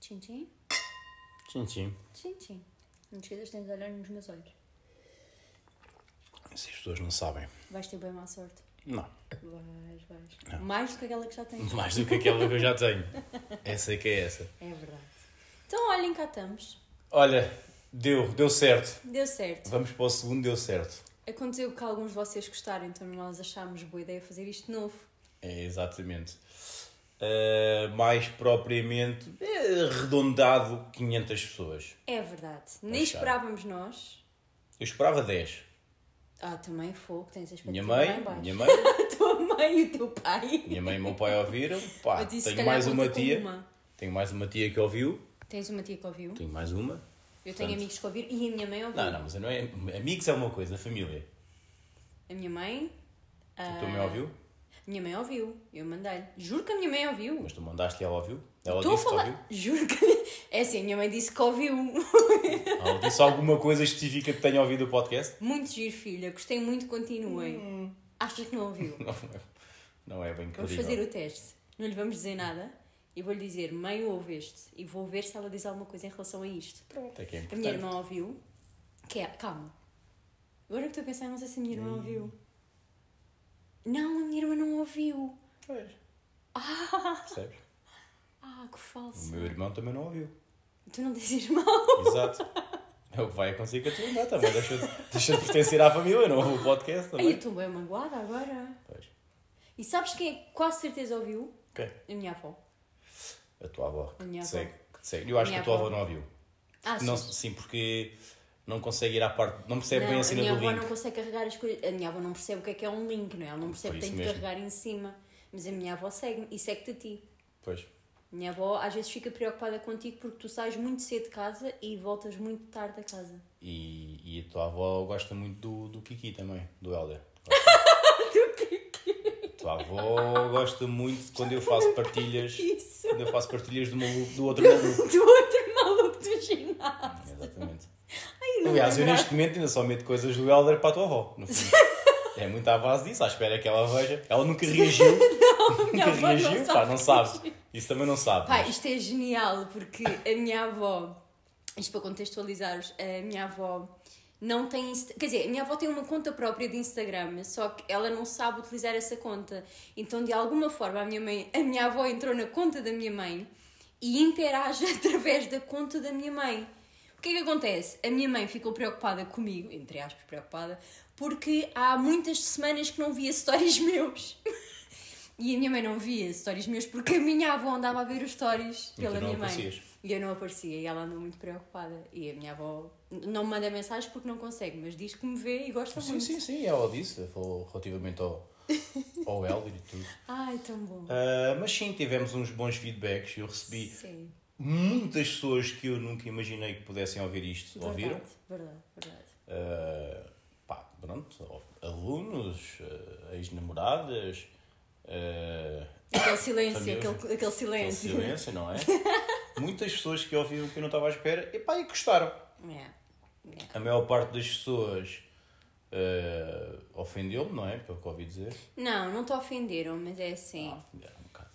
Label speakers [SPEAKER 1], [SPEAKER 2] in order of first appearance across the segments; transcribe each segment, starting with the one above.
[SPEAKER 1] Tchim, tchim.
[SPEAKER 2] Tchim, tchim.
[SPEAKER 1] Tchim, tchim. Não te esqueças, tens de olhar nos meus olhos.
[SPEAKER 2] Se as pessoas não sabem.
[SPEAKER 1] Vais ter bem má sorte.
[SPEAKER 2] Não.
[SPEAKER 1] Vais, vais.
[SPEAKER 2] Ah.
[SPEAKER 1] Mais do que aquela que já tens.
[SPEAKER 2] Mais do que aquela que eu já tenho. Essa é que é essa.
[SPEAKER 1] É verdade. Então, olhem, cá estamos.
[SPEAKER 2] Olha, deu, deu certo.
[SPEAKER 1] Deu certo.
[SPEAKER 2] Vamos para o segundo, deu certo.
[SPEAKER 1] Aconteceu que alguns de vocês gostaram, então nós achámos boa ideia fazer isto de novo.
[SPEAKER 2] É, exatamente. Ah, mais propriamente, eh, arredondado 500 pessoas.
[SPEAKER 1] É verdade. Nem
[SPEAKER 2] está.
[SPEAKER 1] esperávamos nós.
[SPEAKER 2] Eu esperava 10.
[SPEAKER 1] Ah, também fogo, tens a
[SPEAKER 2] Minha
[SPEAKER 1] expectativa
[SPEAKER 2] mãe,
[SPEAKER 1] bem baixa.
[SPEAKER 2] minha mãe,
[SPEAKER 1] A tua mãe e o teu pai.
[SPEAKER 2] minha mãe e meu pai ouviram. Pá,
[SPEAKER 1] Mas isso se
[SPEAKER 2] tenho
[SPEAKER 1] calhar
[SPEAKER 2] mais uma
[SPEAKER 1] conta como
[SPEAKER 2] tia.
[SPEAKER 1] uma.
[SPEAKER 2] Tenho mais uma tia que ouviu.
[SPEAKER 1] Tens uma tia que ouviu?
[SPEAKER 2] Tenho mais uma.
[SPEAKER 1] Eu tenho
[SPEAKER 2] Portanto-
[SPEAKER 1] amigos que ouviram e a minha mãe ouviu.
[SPEAKER 2] Não, não, mas não é. Amigos é uma coisa, família.
[SPEAKER 1] A minha mãe, Ah.
[SPEAKER 2] A tua mãe ouviu?
[SPEAKER 1] a minha mãe ouviu. Eu mandei-lhe. Juro que a minha mãe ouviu.
[SPEAKER 2] Mas tu mandaste e ela ouviu? Ela
[SPEAKER 1] Estou a
[SPEAKER 2] disse que
[SPEAKER 1] falar.
[SPEAKER 2] ouviu?
[SPEAKER 1] Juro que. É assim, a minha mãe disse que ouviu.
[SPEAKER 2] Ela disse alguma coisa específica que tenha ouvido o podcast?
[SPEAKER 1] Muito giro, filha. Gostei muito, continuem.
[SPEAKER 2] Hum.
[SPEAKER 1] Achas que não ouviu?
[SPEAKER 2] Não é, não é bem
[SPEAKER 1] Vamos
[SPEAKER 2] credível.
[SPEAKER 1] fazer o teste. Não lhe vamos dizer nada. E vou-lhe dizer, mãe, ouve este. E vou ver se ela diz alguma coisa em relação a isto.
[SPEAKER 2] Pronto, é que é
[SPEAKER 1] A minha
[SPEAKER 2] importante.
[SPEAKER 1] irmã ouviu. Que é, calma. Agora que estou a pensar, não sei se a minha
[SPEAKER 2] Hum.
[SPEAKER 1] irmã ouviu. Não, a minha irmã não ouviu.
[SPEAKER 2] Pois. Percebes?
[SPEAKER 1] Ah, que
[SPEAKER 2] O
[SPEAKER 1] falso.
[SPEAKER 2] meu irmão também não ouviu. Hum.
[SPEAKER 1] Tu não dizes mal.
[SPEAKER 2] Tá Exato. É o que vai acontecer com a tua irmã também. Deixa, de- deixa de pertencer à família, não ouve o podcast
[SPEAKER 1] Ai, eu
[SPEAKER 2] também.
[SPEAKER 1] estou bem magoada agora.
[SPEAKER 2] Pois.
[SPEAKER 1] E sabes quem é que quase certeza ouviu?
[SPEAKER 2] Ok.
[SPEAKER 1] A minha avó.
[SPEAKER 2] A tua avó.
[SPEAKER 1] A minha
[SPEAKER 2] que te
[SPEAKER 1] avó.
[SPEAKER 2] segue, que te segue. Eu acho que
[SPEAKER 1] Minha
[SPEAKER 2] a tua avó
[SPEAKER 1] avó.
[SPEAKER 2] não ouviu.
[SPEAKER 1] Ah,
[SPEAKER 2] Não,
[SPEAKER 1] sim.
[SPEAKER 2] sim, porque não consegue ir à parte. Não percebe
[SPEAKER 1] Não,
[SPEAKER 2] É bem a
[SPEAKER 1] a
[SPEAKER 2] cena
[SPEAKER 1] minha
[SPEAKER 2] do
[SPEAKER 1] avó
[SPEAKER 2] link.
[SPEAKER 1] não consegue carregar as coisas. A minha avó não percebe o que é que é um link, não é? Ela não percebe que
[SPEAKER 2] Por
[SPEAKER 1] tem
[SPEAKER 2] isso
[SPEAKER 1] que
[SPEAKER 2] mesmo.
[SPEAKER 1] carregar em cima. Mas a minha avó segue-me e segue-te a ti.
[SPEAKER 2] Pois.
[SPEAKER 1] A Minha avó às vezes fica preocupada contigo porque tu sais muito cedo de casa e voltas muito tarde da casa.
[SPEAKER 2] E, e a tua avó gosta muito do, do Kiki também, do Helder. do Kiki. A tua avó gosta muito de quando eu faço partilhas.
[SPEAKER 1] Isso!
[SPEAKER 2] Quando eu faço partilhas do, maluco, do outro maluco.
[SPEAKER 1] Do outro maluco do ginásio.
[SPEAKER 2] Exatamente.
[SPEAKER 1] Ai, não é
[SPEAKER 2] Aliás, eu
[SPEAKER 1] lembrar.
[SPEAKER 2] neste momento ainda só meto coisas do Helder para a tua avó. No fundo. É muito à base disso, à espera que ela veja. Ela nunca reagiu.
[SPEAKER 1] minha
[SPEAKER 2] nunca
[SPEAKER 1] avó não
[SPEAKER 2] reagiu, pá,
[SPEAKER 1] sabe
[SPEAKER 2] não sabe. Isso também não sabe.
[SPEAKER 1] Pá,
[SPEAKER 2] mas-
[SPEAKER 1] isto é genial porque a minha avó, isto para contextualizar-vos, a minha avó não tem. Insta- Quer dizer, a minha avó tem uma conta própria de Instagram, só que ela não sabe utilizar essa conta. Então, de alguma forma, a minha, mãe, a minha avó entrou na conta da minha mãe e interage através da conta da minha mãe. O que é que acontece? A minha mãe ficou preocupada comigo, entre aspas, preocupada, porque há muitas semanas que não via stories meus. E a minha mãe não via stories meus porque a minha avó andava a ver os stories
[SPEAKER 2] E tu
[SPEAKER 1] pela
[SPEAKER 2] não
[SPEAKER 1] minha mãe.
[SPEAKER 2] aparecias.
[SPEAKER 1] E eu não aparecia e ela andou muito preocupada. E a minha avó n- não me manda mensagem porque não consegue, mas diz que me vê e gosta
[SPEAKER 2] Sim,
[SPEAKER 1] é muito.
[SPEAKER 2] sim, sim, é, ela disse. Falou relativamente ao, ao Helder e tudo.
[SPEAKER 1] Ai, tão bom.
[SPEAKER 2] Ah, mas sim, tivemos uns bons feedbacks. Eu recebi
[SPEAKER 1] Sim.
[SPEAKER 2] muitas pessoas que eu nunca imaginei que pudessem ouvir isto. Ouviram?
[SPEAKER 1] Verdade, verdade, verdade.
[SPEAKER 2] Ah, pá, pronto, alunos, ah, ex-namoradas, ah,
[SPEAKER 1] Aquele silêncio,
[SPEAKER 2] Família.
[SPEAKER 1] aquele, aquele
[SPEAKER 2] aquele
[SPEAKER 1] silêncio.
[SPEAKER 2] silêncio, não é? muitas pessoas que ouviram que eu não estava à espera e pá, e gostaram.
[SPEAKER 1] É, é.
[SPEAKER 2] A maior parte das pessoas ah, ofendeu-me, não é? Pelo que ouvi dizer.
[SPEAKER 1] Não, não te ofenderam, mas é assim.
[SPEAKER 2] Ah, ofenderam um bocado.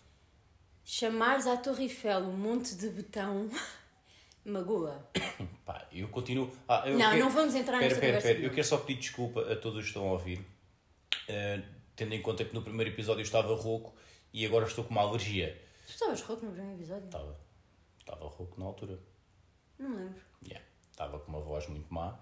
[SPEAKER 1] Chamares à Torre Eiffel um monte de betão magoa.
[SPEAKER 2] Pá, eu continuo. Ah, eu
[SPEAKER 1] Não,
[SPEAKER 2] quero-
[SPEAKER 1] não vamos entrar
[SPEAKER 2] Pera,
[SPEAKER 1] nessa
[SPEAKER 2] pera,
[SPEAKER 1] conversa.
[SPEAKER 2] pera. Eu
[SPEAKER 1] não.
[SPEAKER 2] quero só pedir desculpa a todos que estão a ouvir, eh, tendo em conta que no primeiro episódio eu estava rouco e agora estou com uma alergia.
[SPEAKER 1] Tu estavas rouco no primeiro episódio?
[SPEAKER 2] Estava, estava rouco na altura.
[SPEAKER 1] Não me lembro.
[SPEAKER 2] Yeah. Estava com uma voz muito má.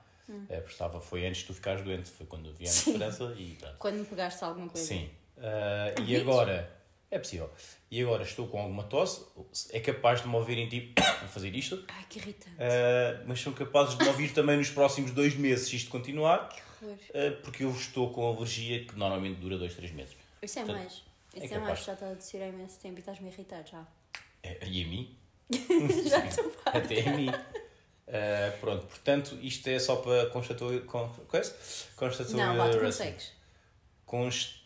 [SPEAKER 2] eh, porque estava, foi antes de tu ficares doente, foi quando viemos de França e pronto.
[SPEAKER 1] Quando me pegaste alguma coisa.
[SPEAKER 2] Sim. Eh, e agora, é possível. E agora estou com alguma tosse, é capaz de me ouvirem tipo a fazer isto,
[SPEAKER 1] Ai, que irritante.
[SPEAKER 2] eh, mas são capazes de me ouvir também nos próximos dois meses se isto continuar.
[SPEAKER 1] Horror.
[SPEAKER 2] Uh, porque eu estou com alergia que normalmente dura 2, 3 meses.
[SPEAKER 1] Isso é
[SPEAKER 2] Portanto,
[SPEAKER 1] mais.
[SPEAKER 2] é
[SPEAKER 1] Isso é,
[SPEAKER 2] capaz.
[SPEAKER 1] mais. Já está a descer há imenso tempo e estás-me a irritar já.
[SPEAKER 2] É, E a mim?
[SPEAKER 1] já estou farta.
[SPEAKER 2] Até a mim. Uh, pronto, portanto, isto é só para constatua- con- coisa?
[SPEAKER 1] Não, lá tu
[SPEAKER 2] constatuar.
[SPEAKER 1] consegues.
[SPEAKER 2] Const-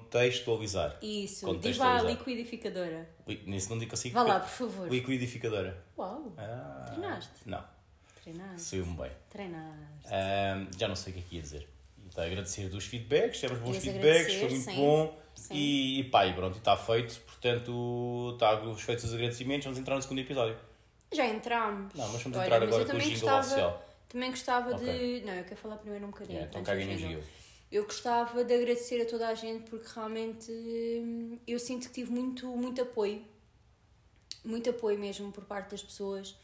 [SPEAKER 2] Contextualizar.
[SPEAKER 1] Isso. Diz lá a
[SPEAKER 2] Contextualizar.
[SPEAKER 1] liquidificadora.
[SPEAKER 2] Li- Nesse não digo consigo.
[SPEAKER 1] Vá lá, por favor.
[SPEAKER 2] Liquidificadora.
[SPEAKER 1] Uau.
[SPEAKER 2] Ah,
[SPEAKER 1] Treinaste.
[SPEAKER 2] Não,
[SPEAKER 1] Treinaste.
[SPEAKER 2] saiu-me bem.
[SPEAKER 1] Treinaste.
[SPEAKER 2] Um, já não sei o que é que ia dizer. Então, agradecer dos feedbacks, temos bons
[SPEAKER 1] Ias
[SPEAKER 2] feedbacks,
[SPEAKER 1] agradecer,
[SPEAKER 2] foi muito
[SPEAKER 1] sim.
[SPEAKER 2] bom.
[SPEAKER 1] Sim.
[SPEAKER 2] tá E, e pá, e pronto, está feito. Portanto, está feitos os agradecimentos. Vamos entrar no segundo episódio.
[SPEAKER 1] Já entramos.
[SPEAKER 2] Não, mas vamos
[SPEAKER 1] Olha,
[SPEAKER 2] entrar
[SPEAKER 1] mas
[SPEAKER 2] agora
[SPEAKER 1] eu
[SPEAKER 2] com o
[SPEAKER 1] também
[SPEAKER 2] jingle
[SPEAKER 1] gostava-
[SPEAKER 2] oficial.
[SPEAKER 1] Também gostava
[SPEAKER 2] Ok.
[SPEAKER 1] de. Não, eu quero falar primeiro um bocadinho.
[SPEAKER 2] Yeah, então
[SPEAKER 1] antes do
[SPEAKER 2] caguem no
[SPEAKER 1] jingle.
[SPEAKER 2] Gil.
[SPEAKER 1] Eu gostava de agradecer a toda a gente porque realmente hum, eu sinto que tive muito, muito apoio, muito apoio mesmo por parte das pessoas,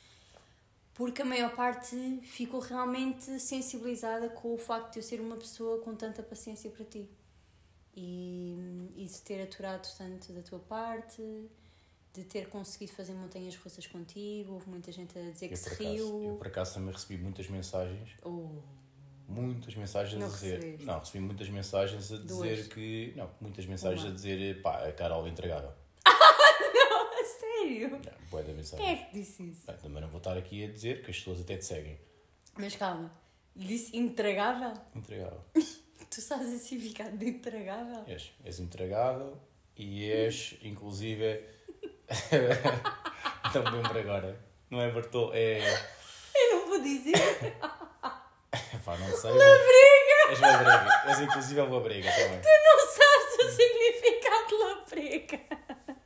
[SPEAKER 1] porque a maior parte ficou realmente sensibilizada com o facto de eu ser uma pessoa com tanta paciência para ti e, hum, e de ter aturado tanto da tua parte, de ter conseguido fazer montanhas russas contigo. Houve muita gente a dizer
[SPEAKER 2] Eu
[SPEAKER 1] que se
[SPEAKER 2] por, acaso, eu
[SPEAKER 1] riu.
[SPEAKER 2] por acaso também recebi muitas mensagens,
[SPEAKER 1] Oh,
[SPEAKER 2] muitas mensagens
[SPEAKER 1] Não
[SPEAKER 2] a dizer.
[SPEAKER 1] recebeste.
[SPEAKER 2] Não, recebi muitas mensagens a dizer
[SPEAKER 1] Duas.
[SPEAKER 2] que. Não, muitas mensagens
[SPEAKER 1] Uma.
[SPEAKER 2] a dizer pá, a Carol entregava.
[SPEAKER 1] não, a sério?
[SPEAKER 2] Não, boa da mensagem.
[SPEAKER 1] Quem é que disse isso?
[SPEAKER 2] Bem, também não vou estar aqui a dizer que as pessoas até te seguem.
[SPEAKER 1] Mas calma, disse intragável?
[SPEAKER 2] Entregável.
[SPEAKER 1] Tu sabes a significado de intragável?
[SPEAKER 2] És, és entregável e és, inclusive. não me lembro agora. Não é Bartol? É.
[SPEAKER 1] Eu não vou dizer.
[SPEAKER 2] Pá, não sei. Labrega! És uma brega. És, inclusive, uma brega também.
[SPEAKER 1] não sabes o significado de laprega.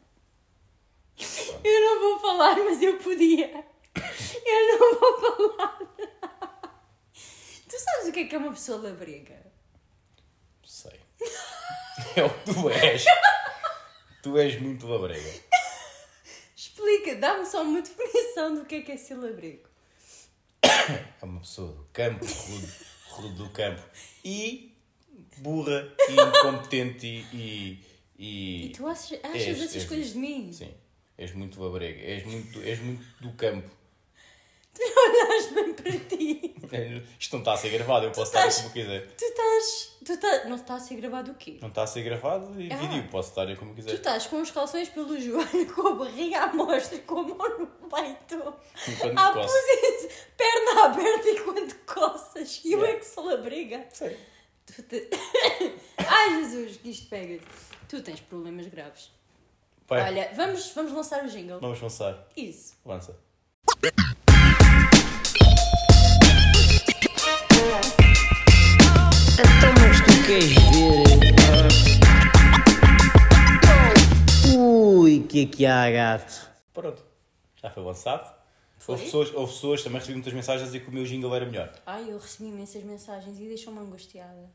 [SPEAKER 1] Eu não vou falar, mas eu podia. Eu não vou falar. Tu sabes o que é que é uma pessoa labrega?
[SPEAKER 2] Sei. É o que tu és. Tu és muito labrega.
[SPEAKER 1] Explica, dá-me só uma definição do que é que é ser labrego.
[SPEAKER 2] É uma pessoa do campo, rude, rude do campo. E burra, e incompetente e. E,
[SPEAKER 1] E tu achas, achas
[SPEAKER 2] És,
[SPEAKER 1] essas
[SPEAKER 2] és
[SPEAKER 1] coisas
[SPEAKER 2] isso.
[SPEAKER 1] de mim?
[SPEAKER 2] Sim. És muito labrega. És muito, és muito do campo.
[SPEAKER 1] Tu não olhas bem para ti.
[SPEAKER 2] Isto não está a ser gravado, eu posso estar
[SPEAKER 1] estás-
[SPEAKER 2] como quiser.
[SPEAKER 1] Tu estás. Tu estás. Não está a ser gravado o quê?
[SPEAKER 2] Não está a ser gravado e
[SPEAKER 1] Ah.
[SPEAKER 2] vídeo, posso estar como
[SPEAKER 1] Tu
[SPEAKER 2] quiser.
[SPEAKER 1] estás com os calções pelo joelho, com a barriga à mostra, com a mão no peito,
[SPEAKER 2] Enquanto
[SPEAKER 1] à
[SPEAKER 2] coço.
[SPEAKER 1] posição, perna aberta enquanto coças, e eu é
[SPEAKER 2] Yeah.
[SPEAKER 1] que se labrega.
[SPEAKER 2] Sei.
[SPEAKER 1] Tu te... Ai Jesus, que isto pega Tu tens problemas graves.
[SPEAKER 2] Vai,
[SPEAKER 1] Olha, vamos, vamos lançar o jingle.
[SPEAKER 2] vamos lançar.
[SPEAKER 1] Isso.
[SPEAKER 2] Lança.
[SPEAKER 3] Então, mas tu queres ver? ah? Ui, que é que há, gato?
[SPEAKER 2] Pronto. Já foi lançado.
[SPEAKER 1] Foi?
[SPEAKER 2] Houve pessoas, houve pessoas, também recebi muitas mensagens a dizer que o meu jingle era melhor.
[SPEAKER 1] Ai, eu recebi imensas mensagens e deixou-me angustiada.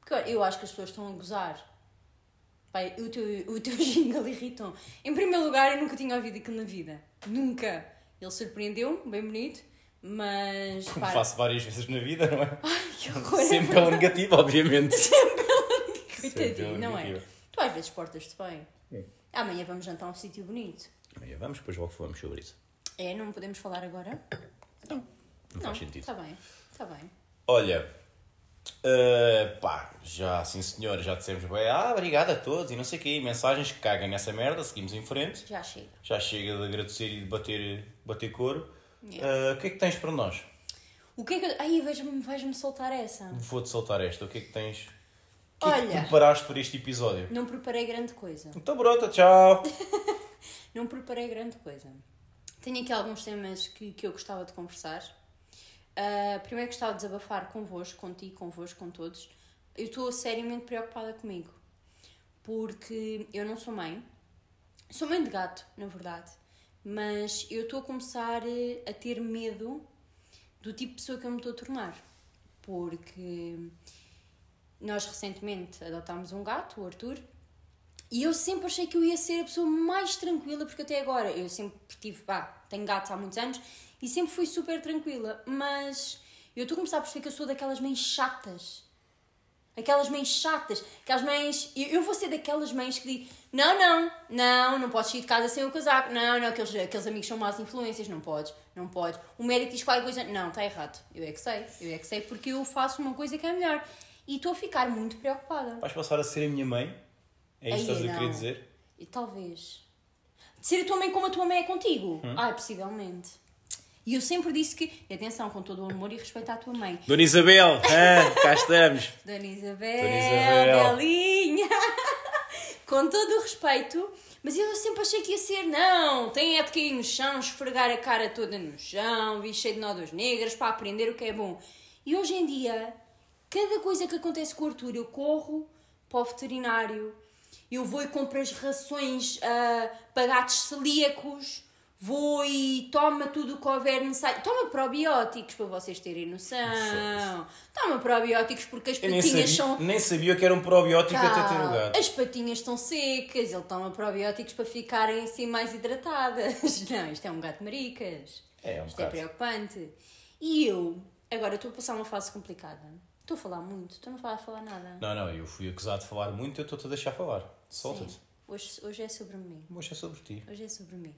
[SPEAKER 1] Porque olha, eu acho que as pessoas estão a gozar. Pai, o teu, o teu jingle irritou Em primeiro lugar, eu nunca tinha ouvido aquilo na vida. Nunca. Ele surpreendeu-me, bem bonito, mas.
[SPEAKER 2] Como
[SPEAKER 1] pá,
[SPEAKER 2] faço várias vezes na vida, não é?
[SPEAKER 1] Que horror.
[SPEAKER 2] Sempre pela negativa, obviamente.
[SPEAKER 1] Coitadinho, não é?
[SPEAKER 2] negativa.
[SPEAKER 1] Tu às vezes portas-te bem. Amanhã vamos jantar a um sítio bonito.
[SPEAKER 2] Bem, vamos, depois logo falamos sobre isso.
[SPEAKER 1] É, não podemos falar agora?
[SPEAKER 2] Não, faz sentido.
[SPEAKER 1] Está bem, está bem.
[SPEAKER 2] Olha, eh, pá, já, sim senhor, já dissemos bem, ah, obrigado a todos e não sei o quê, mensagens que cagam nessa merda, seguimos em frente,
[SPEAKER 1] Já chega.
[SPEAKER 2] já chega de agradecer e de bater, bater couro.
[SPEAKER 1] Yeah.
[SPEAKER 2] Eh, o que é que tens para nós?
[SPEAKER 1] O que é que eu. Ai, vais-me vais-me soltar essa.
[SPEAKER 2] Vou-te soltar esta, o que é que tens? O que é que
[SPEAKER 1] Olha.
[SPEAKER 2] preparaste para este episódio?
[SPEAKER 1] Não preparei grande coisa.
[SPEAKER 2] Então brota, tchau!
[SPEAKER 1] Não preparei grande coisa. Tenho aqui alguns temas que, que eu gostava de conversar. Ah, primeiro gostava de desabafar convosco, contigo, convosco, com todos. Eu estou seriamente preocupada comigo. Porque eu não sou mãe. Sou mãe de gato, na verdade. Mas eu estou a começar eh, a ter medo do tipo de pessoa que eu me estou a tornar. Porque nós recentemente adotámos um gato, o Arthur, e eu sempre achei que eu ia ser a pessoa mais tranquila, porque até agora eu sempre tive, pá, tenho gatos há muitos anos e sempre fui super tranquila, mas eu estou a começar a perceber que eu sou daquelas mães chatas. Aquelas mães chatas, aquelas mães. Eu, eu vou ser daquelas mães que diz: não, não, não, não podes sair de casa sem o casaco, não, não, aqueles, aqueles amigos são más influências, não podes, não podes. O médico diz qualquer coisa, não, está errado, eu é que sei, eu é que sei, porque eu faço uma coisa que é melhor. E estou a ficar muito preocupada.
[SPEAKER 2] Vais passar a ser a minha mãe? É isso que
[SPEAKER 1] Aí,
[SPEAKER 2] estás a querer
[SPEAKER 1] não.
[SPEAKER 2] dizer?
[SPEAKER 1] E talvez. De ser a tua mãe como a tua mãe é contigo. Ah, possivelmente. E eu sempre disse que, e atenção, com todo o amor e respeito à tua mãe.
[SPEAKER 2] Dona Isabel, cá estamos!
[SPEAKER 1] Dona Isabel,
[SPEAKER 2] Dona Isabel.
[SPEAKER 1] Belinha, com todo o respeito, mas eu sempre achei que ia ser, não, tem é de cair no chão, esfregar a cara toda no chão, vir cheio de nódoas negras para aprender o que é bom. E hoje em dia, cada coisa que acontece com o Arthur, eu corro para o veterinário, eu vou e compro as rações ah, para gatos celíacos, vou e toma tudo o que houver necessário. Toma probióticos para vocês terem noção. Toma probióticos porque as
[SPEAKER 2] Eu nem
[SPEAKER 1] patinhas
[SPEAKER 2] sabia,
[SPEAKER 1] são.
[SPEAKER 2] nem sabia que era um probiótico até ter o gato.
[SPEAKER 1] As patinhas estão secas, ele toma probióticos para ficarem assim mais hidratadas. Não, isto é um gato maricas.
[SPEAKER 2] É, é um
[SPEAKER 1] isto é
[SPEAKER 2] bocado.
[SPEAKER 1] preocupante. E eu, agora estou a passar uma fase complicada. Estou a falar muito, tu não vais falar nada.
[SPEAKER 2] Não, não, eu fui acusado de falar muito, eu estou-te a deixar falar. Solta-te.
[SPEAKER 1] Sim. Hoje, hoje é sobre mim.
[SPEAKER 2] Hoje é sobre ti.
[SPEAKER 1] Hoje é sobre mim.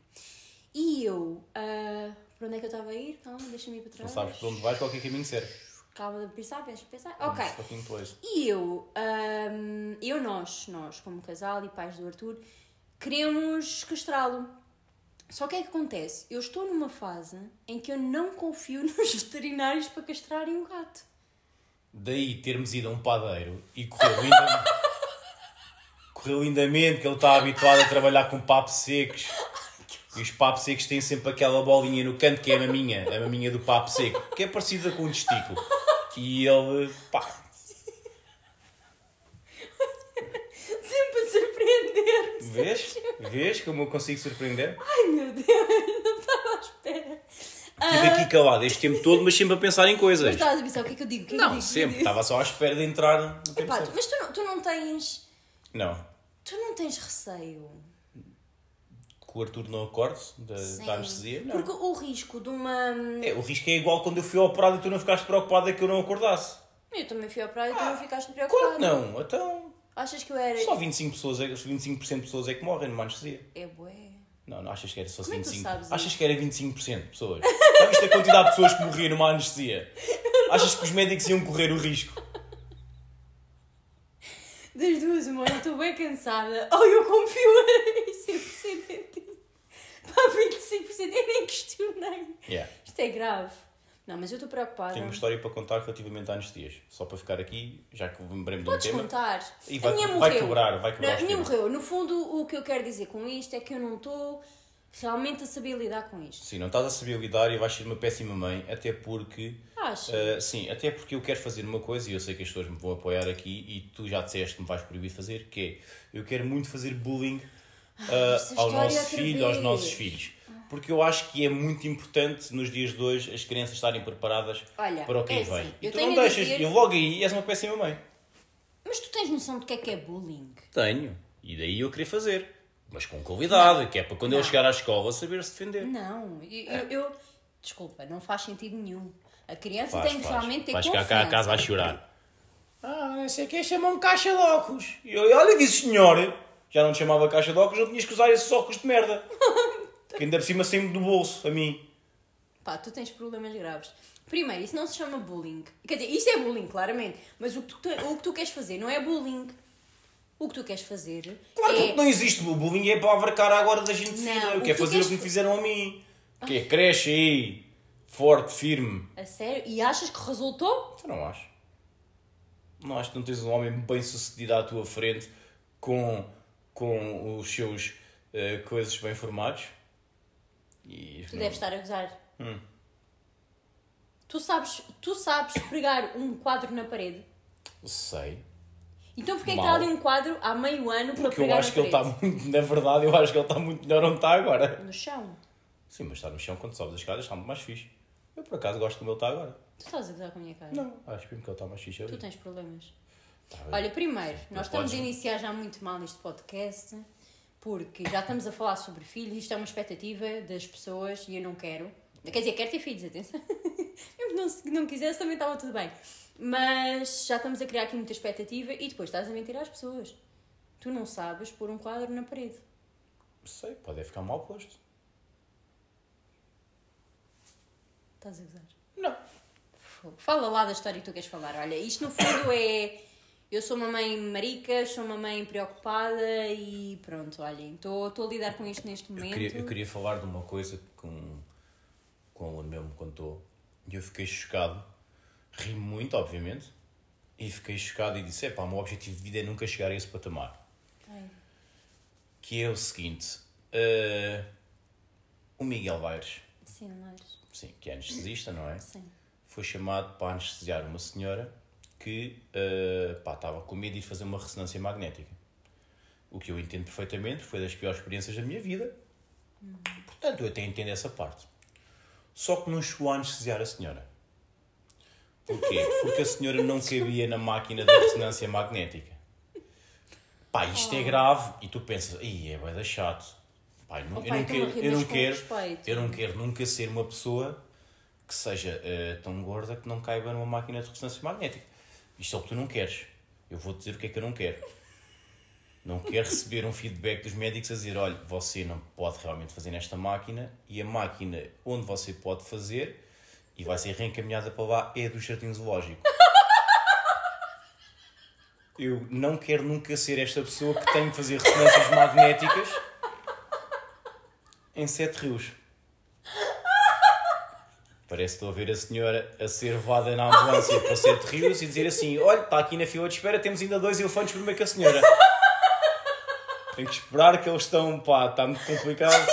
[SPEAKER 1] E eu, ah, para onde é que eu estava a ir? Calma, deixa-me ir para
[SPEAKER 2] Não
[SPEAKER 1] trás.
[SPEAKER 2] sabes para onde vais, qualquer caminho serve. um
[SPEAKER 1] Calma, de pensar, pensa, pensar. Ok.
[SPEAKER 2] Fucking place.
[SPEAKER 1] E eu, ahm, eu, nós, nós, como casal e pais do Arthur, queremos castrá-lo. Só que é que acontece? Eu estou numa fase em que eu não confio nos veterinários para castrarem o gato.
[SPEAKER 2] Daí termos ido a um padeiro e correu ainda. correu lindamente, que ele está habituado a trabalhar com papos secos. E os papos secos têm sempre aquela bolinha no canto que é a maminha, a maminha do papo seco, que é parecida com um testículo. E ele, pá,
[SPEAKER 1] Sempre a surpreender-me.
[SPEAKER 2] vês? Vês como eu consigo surpreender?
[SPEAKER 1] Ai meu Deus, não estava à espera.
[SPEAKER 2] Estive aqui calado este tempo todo, mas sempre a pensar em coisas.
[SPEAKER 1] Estavas a pensar o que é que eu digo? O que é que eu
[SPEAKER 2] Não,
[SPEAKER 1] digo?
[SPEAKER 2] sempre. Estava só à espera de entrar no tempo
[SPEAKER 1] Epá, tu-
[SPEAKER 2] certo.
[SPEAKER 1] mas tu não, tu não tens.
[SPEAKER 2] Não.
[SPEAKER 1] Tu não tens receio.
[SPEAKER 2] Que o Arthur não acorde da, da anestesia. Não.
[SPEAKER 1] Porque o risco de uma. hum,
[SPEAKER 2] É, o risco é igual quando eu fui ao operado e tu não ficaste preocupada que eu não acordasse.
[SPEAKER 1] Eu também fui ao praia e tu não ficaste preocupada.
[SPEAKER 2] Ah, Claro que não. Então,
[SPEAKER 1] Achas que eu era.
[SPEAKER 2] só 25%, pessoas é, 25 de pessoas é que morrem numa anestesia.
[SPEAKER 1] É bué.
[SPEAKER 2] Não, não achas que era só
[SPEAKER 1] Como é que tu
[SPEAKER 2] 25%.
[SPEAKER 1] sabes isso?
[SPEAKER 2] achas que era 25% de pessoas. Já viste a quantidade de pessoas que morriam numa anestesia? Achas que os médicos iam correr o risco?
[SPEAKER 1] Das duas, uma, eu estou bem cansada. Oh, eu confio em 100% em ti. Pá, 25%, eu nem questionei.
[SPEAKER 2] Yeah.
[SPEAKER 1] Isto é grave. Não, mas eu estou preocupada.
[SPEAKER 2] Tenho uma história para contar relativamente a anestesias. Só para ficar aqui, já que lembrei-me de um
[SPEAKER 1] Podes
[SPEAKER 2] tema.
[SPEAKER 1] contar.
[SPEAKER 2] E vai-
[SPEAKER 1] a minha
[SPEAKER 2] vai
[SPEAKER 1] morreu.
[SPEAKER 2] quebrar, vai quebrar
[SPEAKER 1] Não,
[SPEAKER 2] os
[SPEAKER 1] a minha
[SPEAKER 2] temas.
[SPEAKER 1] morreu. No fundo, o que eu quero dizer com isto é que eu não estou realmente a saber lidar com isto.
[SPEAKER 2] Sim, não estás a saber lidar e vais ser uma péssima mãe, até porque.
[SPEAKER 1] Acho.
[SPEAKER 2] Ah, sim, até porque eu quero fazer uma coisa e eu sei que as pessoas me vão apoiar aqui e tu já disseste que me vais proibir de fazer, que é eu quero muito fazer bullying ah,
[SPEAKER 1] esta
[SPEAKER 2] ao
[SPEAKER 1] história é
[SPEAKER 2] nosso
[SPEAKER 1] outra
[SPEAKER 2] filho, aos
[SPEAKER 1] vez. Ah.
[SPEAKER 2] nossos filhos. Porque eu acho que é muito importante nos dias de hoje as crianças estarem preparadas
[SPEAKER 1] Olha,
[SPEAKER 2] para o que
[SPEAKER 1] é
[SPEAKER 2] aí
[SPEAKER 1] assim,
[SPEAKER 2] vem. e
[SPEAKER 1] eu
[SPEAKER 2] tu
[SPEAKER 1] tenho
[SPEAKER 2] não
[SPEAKER 1] a
[SPEAKER 2] deixas,
[SPEAKER 1] dizer-
[SPEAKER 2] e logo aí és uma péssima mãe.
[SPEAKER 1] Mas tu tens noção do que é que é bullying?
[SPEAKER 2] Tenho, e daí eu queria fazer. Mas com qualidade, que é para quando ele chegar à escola saber se defender.
[SPEAKER 1] Não, eu, eu- eu- Desculpa, não faz sentido nenhum. A criança
[SPEAKER 2] Faz,
[SPEAKER 1] tem que
[SPEAKER 2] faz.
[SPEAKER 1] realmente ter
[SPEAKER 2] Vais
[SPEAKER 1] confiança.
[SPEAKER 2] ficar cá a casa a chorar. Ah, não sei o que, chamam caixa de óculos. E eu, olha, disse senhor, já não te chamava caixa de óculos, não tinhas que usar esses óculos de merda. que ainda por cima sempre do bolso, a mim.
[SPEAKER 1] Pá, tu tens problemas graves. Primeiro, isso não se chama bullying. Quer dizer, isso é bullying, claramente. Mas o que tu, o que tu queres fazer não é bullying. O que tu queres fazer
[SPEAKER 2] Claro que
[SPEAKER 1] é...
[SPEAKER 2] não existe o bullying, é para avarcar agora da gente fina.
[SPEAKER 1] Não,
[SPEAKER 2] Eu
[SPEAKER 1] o que
[SPEAKER 2] quero
[SPEAKER 1] tu
[SPEAKER 2] fazer o
[SPEAKER 1] queres
[SPEAKER 2] que me
[SPEAKER 1] fa-
[SPEAKER 2] fizeram a mim. Que é, cresce aí, forte, firme.
[SPEAKER 1] A sério? E achas que resultou?
[SPEAKER 2] Tu não acho. Não acho que não tens um homem bem sucedido à tua frente com, com os seus eh, coisas bem formados. E
[SPEAKER 1] Tu
[SPEAKER 2] não-
[SPEAKER 1] deves estar a gozar.
[SPEAKER 2] Hum.
[SPEAKER 1] Tu, sabes, tu sabes pregar um quadro na parede.
[SPEAKER 2] Sei.
[SPEAKER 1] Então porquê é que
[SPEAKER 2] Mal.
[SPEAKER 1] está ali um quadro há meio ano para
[SPEAKER 2] Porque eu
[SPEAKER 1] pregar
[SPEAKER 2] acho
[SPEAKER 1] na
[SPEAKER 2] que ele tá
[SPEAKER 1] parede?
[SPEAKER 2] está muito, na verdade, eu acho que ele está muito melhor onde está agora.
[SPEAKER 1] No chão.
[SPEAKER 2] Sim, mas está no chão quando sobes as escadas, está muito mais fixe. Eu por acaso gosto como ele está agora.
[SPEAKER 1] Tu estás a gozar com a minha cara?
[SPEAKER 2] Não, acho mesmo que ele está mais fixe
[SPEAKER 1] Tu
[SPEAKER 2] ali.
[SPEAKER 1] tens problemas.
[SPEAKER 2] Tá bem.
[SPEAKER 1] Olha, primeiro,
[SPEAKER 2] Não
[SPEAKER 1] nós estamos
[SPEAKER 2] podes.
[SPEAKER 1] a iniciar já muito mal este podcast, porque já estamos a falar sobre filhos, isto é uma expectativa das pessoas e eu não quero. Quer dizer, quero ter filhos, atenção. Mesmo não, se não quisesse, também estava tudo bem. Mas já estamos a criar aqui muita expectativa e depois estás a mentir às pessoas. Tu não sabes pôr um quadro na parede.
[SPEAKER 2] Sei, pode é ficar mal posto.
[SPEAKER 1] Estás a gozar.
[SPEAKER 2] Não.
[SPEAKER 1] Fogo. Fala lá da história que tu queres falar. Olha, isto no fundo é. Eu sou uma mãe marica, sou uma mãe preocupada e pronto, olhem, estou estou a lidar com isto neste
[SPEAKER 2] Eu
[SPEAKER 1] momento.
[SPEAKER 2] queria, eu queria falar de uma coisa que um, que um aluno meu me contou e eu fiquei chocado. Ri muito, obviamente, e fiquei chocado e disse: Epá, o meu objetivo de vida é nunca chegar a esse patamar.
[SPEAKER 1] Ai,
[SPEAKER 2] Que é o seguinte: eh, o Miguel Baires,
[SPEAKER 1] sim, Lares,
[SPEAKER 2] sim, que é anestesista, não é?
[SPEAKER 1] sim.
[SPEAKER 2] foi chamado para anestesiar uma senhora que eh, pá, estava com medo de ir fazer uma ressonância magnética. O que eu entendo perfeitamente, foi das piores experiências da minha vida. Portanto, eu até entendo essa parte. Só que não chegou a anestesiar a senhora. Porquê? Porque a senhora não cabia na máquina da ressonância magnética. Pá, isto é
[SPEAKER 1] Oh.
[SPEAKER 2] grave. E tu pensas, aí é bem chato. Pá, eu não,
[SPEAKER 1] Oh,
[SPEAKER 2] eu
[SPEAKER 1] pai,
[SPEAKER 2] não
[SPEAKER 1] tu não
[SPEAKER 2] quero, eu não
[SPEAKER 1] rimas com
[SPEAKER 2] quero,
[SPEAKER 1] respeito.
[SPEAKER 2] eu não quero nunca ser uma pessoa que seja eh, tão gorda que não caiba numa máquina de ressonância magnética. Isto é o que tu não queres. Eu vou dizer o que é que eu não quero. Não quero receber um feedback dos médicos a dizer: olha, você não pode realmente fazer nesta máquina e a máquina onde você pode fazer e vai ser reencaminhada para lá é do Jardim Zoológico. Eu não quero nunca ser esta pessoa que tem que fazer ressonâncias magnéticas em Sete Rios. Parece que estou a ver a senhora a ser levada na ambulância para Sete Rios e dizer assim: olha, está aqui na fila de espera, temos ainda dois elefantes primeiro que a senhora. Tenho que esperar que eles estão, pá, está muito complicado.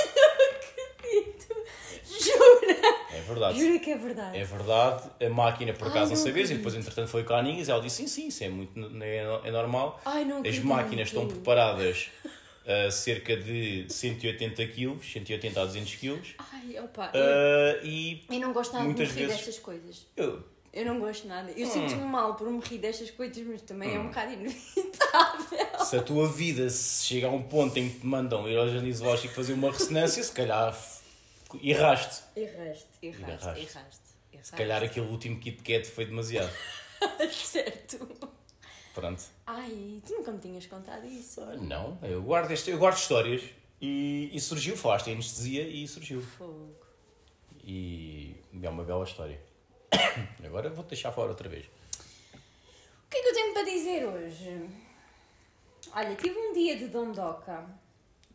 [SPEAKER 1] Jura?
[SPEAKER 2] É verdade.
[SPEAKER 1] Jura que é verdade.
[SPEAKER 2] É verdade, a máquina por acaso
[SPEAKER 1] Ai,
[SPEAKER 2] não
[SPEAKER 1] não
[SPEAKER 2] sabias, e
[SPEAKER 1] acredito.
[SPEAKER 2] depois entretanto foi com a Aninhas, ela disse sim, sim, isso é muito é, é normal.
[SPEAKER 1] Ai, não
[SPEAKER 2] As
[SPEAKER 1] acredito.
[SPEAKER 2] máquinas estão preparadas a cerca de 180 kg, 180 a 200 kg,
[SPEAKER 1] Ai, opa. eu-
[SPEAKER 2] ah, e
[SPEAKER 1] eu não gosto nada de me
[SPEAKER 2] muitas
[SPEAKER 1] rir
[SPEAKER 2] vezes- Hum.
[SPEAKER 1] destas coisas.
[SPEAKER 2] eu,
[SPEAKER 1] Eu não gosto nada. Eu sinto-me mal por me rir destas coisas, mas também é
[SPEAKER 2] Hum.
[SPEAKER 1] um bocado inevitável.
[SPEAKER 2] se a tua vida se chega a um ponto em que te mandam ir ao jardim zoológico fazer uma ressonância, se calhar f- erraste.
[SPEAKER 1] Erraste,
[SPEAKER 2] Erraste.
[SPEAKER 1] erraste, erraste.
[SPEAKER 2] Se calhar aquele último Kit Kat foi demasiado.
[SPEAKER 1] Certo.
[SPEAKER 2] Pronto.
[SPEAKER 1] Ai, tu nunca me tinhas contado isso.
[SPEAKER 2] Ah, Não, eu guardo, este, eu guardo histórias e, e surgiu, falaste em anestesia e surgiu.
[SPEAKER 1] Fogo.
[SPEAKER 2] E é uma bela história. Agora vou-te deixar fora outra vez.
[SPEAKER 1] O que é que eu tenho para dizer hoje? Olha, tive um dia de dondoca.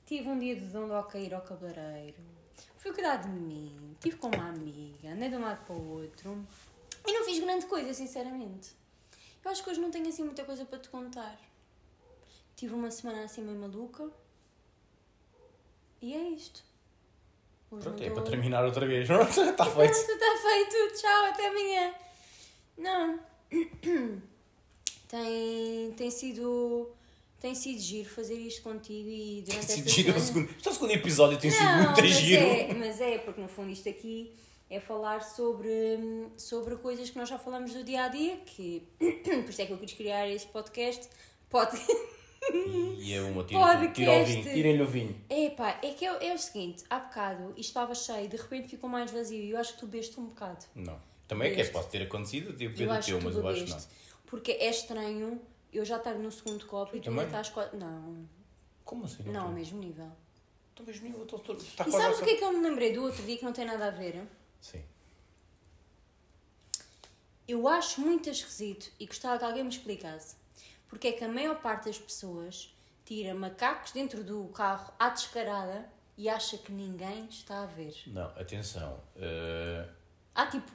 [SPEAKER 1] Tive um dia de dondoca a ir ao cabeleireiro. Fui cuidar de mim, estive com uma amiga, andei de um lado para o outro. E não fiz grande coisa, sinceramente. Eu acho que hoje não tenho assim muita coisa para te contar. Tive uma semana assim meio maluca. E é isto. Hoje
[SPEAKER 2] Pronto,
[SPEAKER 1] não
[SPEAKER 2] é
[SPEAKER 1] tô-
[SPEAKER 2] para terminar outra vez. tá, Está feito.
[SPEAKER 1] Pronto, está tá feito. Tchau, até amanhã. Não. Tem, tem sido. Tem sido giro fazer isto contigo e durante
[SPEAKER 2] Tem sido
[SPEAKER 1] esta
[SPEAKER 2] giro o
[SPEAKER 1] semana-
[SPEAKER 2] segundo. Este é o segundo episódio, tem sido
[SPEAKER 1] Não,
[SPEAKER 2] muito
[SPEAKER 1] mas
[SPEAKER 2] giro.
[SPEAKER 1] É, mas é, porque no fundo isto aqui é falar sobre, hum, sobre coisas que nós já falamos do dia a dia, que por isso é que eu quis criar este podcast. Pod...
[SPEAKER 2] E é uma tira, tira o vinho.
[SPEAKER 1] Podcast.
[SPEAKER 2] Tirem-lhe o vinho.
[SPEAKER 1] Epá, é que é, é o seguinte, há bocado isto estava cheio, de repente ficou mais vazio e eu acho que tu bebeste um bocado.
[SPEAKER 2] Não. Também é que é,
[SPEAKER 1] Este.
[SPEAKER 2] pode ter acontecido, eu
[SPEAKER 1] Eu
[SPEAKER 2] pelo
[SPEAKER 1] acho
[SPEAKER 2] teu,
[SPEAKER 1] que
[SPEAKER 2] mas
[SPEAKER 1] tu
[SPEAKER 2] eu acho que não.
[SPEAKER 1] bebeste. Porque é estranho eu já estar no segundo copo e tu
[SPEAKER 2] também?
[SPEAKER 1] ainda estás quase. Não,
[SPEAKER 2] Como assim?
[SPEAKER 1] não ao
[SPEAKER 2] estou?
[SPEAKER 1] mesmo nível.
[SPEAKER 2] Então, mas meu, eu estou- estou- está
[SPEAKER 1] E
[SPEAKER 2] quase
[SPEAKER 1] sabes
[SPEAKER 2] ao
[SPEAKER 1] o que é
[SPEAKER 2] seu-
[SPEAKER 1] que eu me lembrei do outro dia que não tem nada a ver?
[SPEAKER 2] Sim.
[SPEAKER 1] Eu acho muito esquisito e gostava que alguém me explicasse porque é que a maior parte das pessoas tira macacos dentro do carro à descarada e acha que ninguém está a ver.
[SPEAKER 2] Não, atenção. eh,
[SPEAKER 1] Há tipo.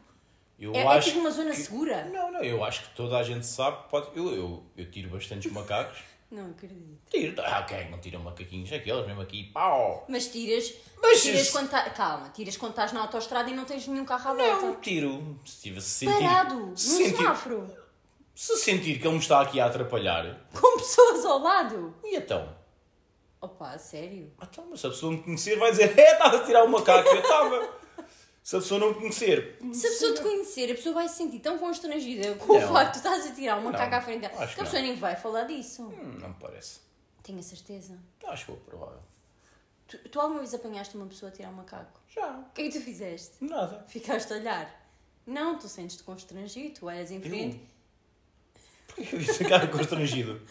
[SPEAKER 2] eu
[SPEAKER 1] É, é
[SPEAKER 2] acho
[SPEAKER 1] tipo uma zona
[SPEAKER 2] que-
[SPEAKER 1] segura?
[SPEAKER 2] Não, não, eu acho que toda a gente sabe. Pode... Eu, eu, eu tiro bastantes macacos.
[SPEAKER 1] Não acredito.
[SPEAKER 2] Tiro. Ah, quem não tira macaquinhos? Aqueles mesmo aqui. Pau!
[SPEAKER 1] Mas tiras.
[SPEAKER 2] Mas
[SPEAKER 1] tiras
[SPEAKER 2] isso-
[SPEAKER 1] quando tá- Calma, tiras quando estás na autoestrada e não tens nenhum carro à volta.
[SPEAKER 2] Não, tiro. Se tivesse sentido.
[SPEAKER 1] Parado, num
[SPEAKER 2] se sentir,
[SPEAKER 1] semáforo,
[SPEAKER 2] se sentir que ele me está aqui a atrapalhar.
[SPEAKER 1] com pessoas ao lado.
[SPEAKER 2] E então?
[SPEAKER 1] Opa, a sério?
[SPEAKER 2] Ah, Então, mas se a pessoa me conhecer, vai dizer: É, estava a tirar o macaco, eu estava. Se a pessoa não me conhecer. hum,
[SPEAKER 1] Se a pessoa te conhecer, a pessoa vai se sentir tão constrangida com o
[SPEAKER 2] Não.
[SPEAKER 1] facto de estás a tirar uma caca à frente dela
[SPEAKER 2] acho
[SPEAKER 1] que a
[SPEAKER 2] que
[SPEAKER 1] pessoa nem vai falar disso.
[SPEAKER 2] Hum, Não me parece.
[SPEAKER 1] Tenho a certeza.
[SPEAKER 2] Acho que é provável.
[SPEAKER 1] Tu, tu alguma vez apanhaste uma pessoa a tirar um macaco?
[SPEAKER 2] Já.
[SPEAKER 1] O que é que tu fizeste?
[SPEAKER 2] Nada.
[SPEAKER 1] Ficaste a olhar? Não, tu sentes-te constrangido, tu olhas em frente.
[SPEAKER 2] Porquê que eu disse cara constrangido?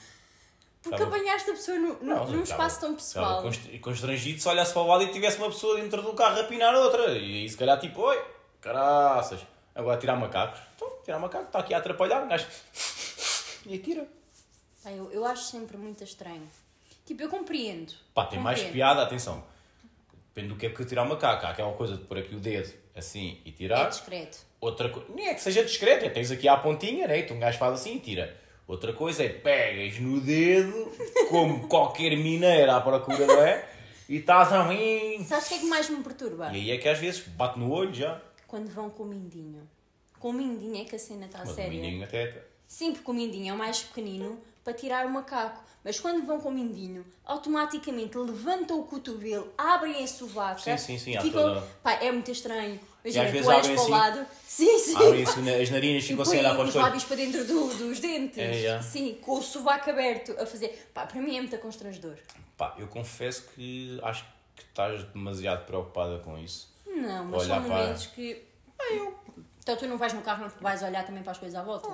[SPEAKER 1] Porque
[SPEAKER 2] Tava-
[SPEAKER 1] apanhaste a pessoa no, no-
[SPEAKER 2] Não,
[SPEAKER 1] num
[SPEAKER 2] eu tava-
[SPEAKER 1] espaço tão
[SPEAKER 2] tava
[SPEAKER 1] pessoal.
[SPEAKER 2] constr- Constrangido se olhasse para o lado e tivesse uma pessoa dentro do carro a pinar outra. E aí, se calhar, tipo, oi, caraças. Agora tirar macacos. Então, tirar macaco, está aqui a atrapalhar, um gajo. E tira.
[SPEAKER 1] Pá, eu, eu acho sempre muito estranho. Tipo, eu compreendo.
[SPEAKER 2] Pá, tem mais
[SPEAKER 1] compreendo.
[SPEAKER 2] piada, atenção. Depende do que é que eu tirar uma caca. Há aquela coisa de pôr aqui o dedo assim e tirar.
[SPEAKER 1] É discreto.
[SPEAKER 2] Outra coisa. Nem é que seja discreto, é tens aqui à pontinha, né? E tu um gajo faz assim e tira. Outra coisa é pegas no dedo, como qualquer mineira à procura, não é? E estás a vir.
[SPEAKER 1] Sabes o que é que mais me perturba?
[SPEAKER 2] E aí é que às vezes bate no olho já.
[SPEAKER 1] Quando vão com o mindinho. Com o mindinho é que a cena está a
[SPEAKER 2] Mas o
[SPEAKER 1] séria.
[SPEAKER 2] menino até.
[SPEAKER 1] Sim, porque o mindinho é o mais pequenino para para tirar o macaco. Mas quando vão com o mindinho, automaticamente levantam o cotovelo, abrem a sovaca.
[SPEAKER 2] Sim, sim, sim,
[SPEAKER 1] e
[SPEAKER 2] há
[SPEAKER 1] Ficam...
[SPEAKER 2] toda-
[SPEAKER 1] Pá, é muito estranho. Imagina,
[SPEAKER 2] vezes
[SPEAKER 1] tu olhas
[SPEAKER 2] abrem
[SPEAKER 1] para o
[SPEAKER 2] assim.
[SPEAKER 1] lado. Sim, sim.
[SPEAKER 2] Abrem assim na- as narinas, ficam sem
[SPEAKER 1] põem
[SPEAKER 2] olhar para
[SPEAKER 1] os
[SPEAKER 2] os
[SPEAKER 1] lábios
[SPEAKER 2] olhos.
[SPEAKER 1] para dentro do- dos dentes.
[SPEAKER 2] É, yeah.
[SPEAKER 1] Sim, com o sovaco aberto a fazer. Pá, para mim é muito constrangedor.
[SPEAKER 2] Pá, eu confesso que acho que estás demasiado preocupada com isso.
[SPEAKER 1] Não, mas
[SPEAKER 2] Olhar
[SPEAKER 1] são
[SPEAKER 2] para-
[SPEAKER 1] momentos que.
[SPEAKER 2] Ah,
[SPEAKER 1] Então tu não vais no carro, não vais olhar também para as coisas à volta?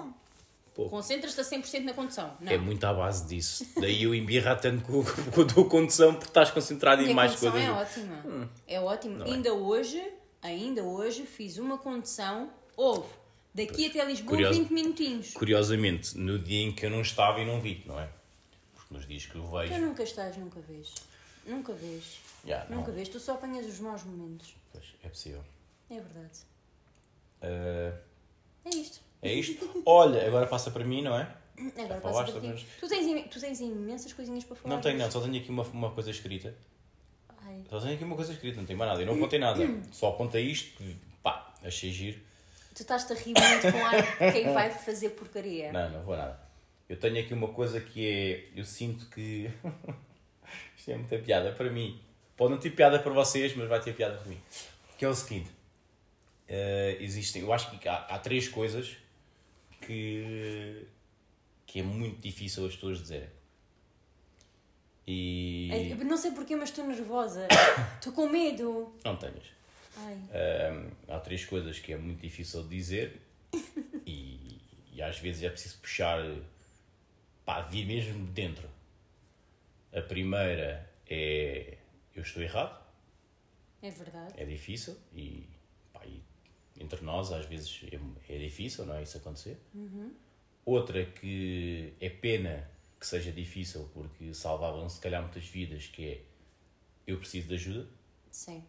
[SPEAKER 2] Pouco.
[SPEAKER 1] Concentras-te a 100% na condução. Não.
[SPEAKER 2] É muito à base disso. Daí eu embirrar tanto com, com a tua condição porque estás concentrado
[SPEAKER 1] E
[SPEAKER 2] em
[SPEAKER 1] a
[SPEAKER 2] mais
[SPEAKER 1] condução
[SPEAKER 2] coisas.
[SPEAKER 1] é ótima.
[SPEAKER 2] Hum.
[SPEAKER 1] É ótimo. Ainda hoje, ainda hoje fiz uma condução, houve, daqui até Lisboa
[SPEAKER 2] Curioso.
[SPEAKER 1] 20 minutinhos.
[SPEAKER 2] Curiosamente, no dia em que eu não estava e não vi, não é? Porque nos dias que eu vejo.
[SPEAKER 1] Tu nunca estás, nunca vês. Nunca vês.
[SPEAKER 2] Já,
[SPEAKER 1] Nunca
[SPEAKER 2] não.
[SPEAKER 1] vês. Tu só apanhas os maus momentos.
[SPEAKER 2] Pois, é possível.
[SPEAKER 1] É verdade.
[SPEAKER 2] Ah,
[SPEAKER 1] É isto.
[SPEAKER 2] é isto? Olha, agora passa para mim, não é?
[SPEAKER 1] Agora passa
[SPEAKER 2] falaste,
[SPEAKER 1] para ti.
[SPEAKER 2] mas-
[SPEAKER 1] Tu tens, im- tu tens imensas coisinhas para falar.
[SPEAKER 2] Não tenho, não,
[SPEAKER 1] hoje.
[SPEAKER 2] só tenho aqui uma, uma coisa escrita.
[SPEAKER 1] Ai.
[SPEAKER 2] Só tenho aqui uma coisa escrita, não tenho mais nada. Eu não apontei nada. Só apontei isto, que, pá, achei giro.
[SPEAKER 1] Tu estás-te a rir muito com ar de quem vai fazer porcaria.
[SPEAKER 2] Não, não vou nada. Eu tenho aqui uma coisa que é. Eu sinto que. Isto é muita piada para mim. Pode não ter piada para vocês, mas vai ter piada para mim. Que é o seguinte: eh, existem. Eu acho que há, há três coisas que. que é muito difícil as pessoas dizerem. E.
[SPEAKER 1] Ai, eu não sei porquê, mas estou nervosa. Estou com medo.
[SPEAKER 2] Não tenhas.
[SPEAKER 1] Ai.
[SPEAKER 2] Ahm, há três coisas que é muito difícil de dizer e, e às vezes é preciso puxar pá, de mesmo dentro. A primeira é eu estou errado,
[SPEAKER 1] É verdade.
[SPEAKER 2] é difícil e, pá, e entre nós às vezes é, é difícil, não é isso acontecer. Outra que é pena que seja difícil porque salvavam se calhar muitas vidas que é eu preciso de ajuda,
[SPEAKER 1] Sim.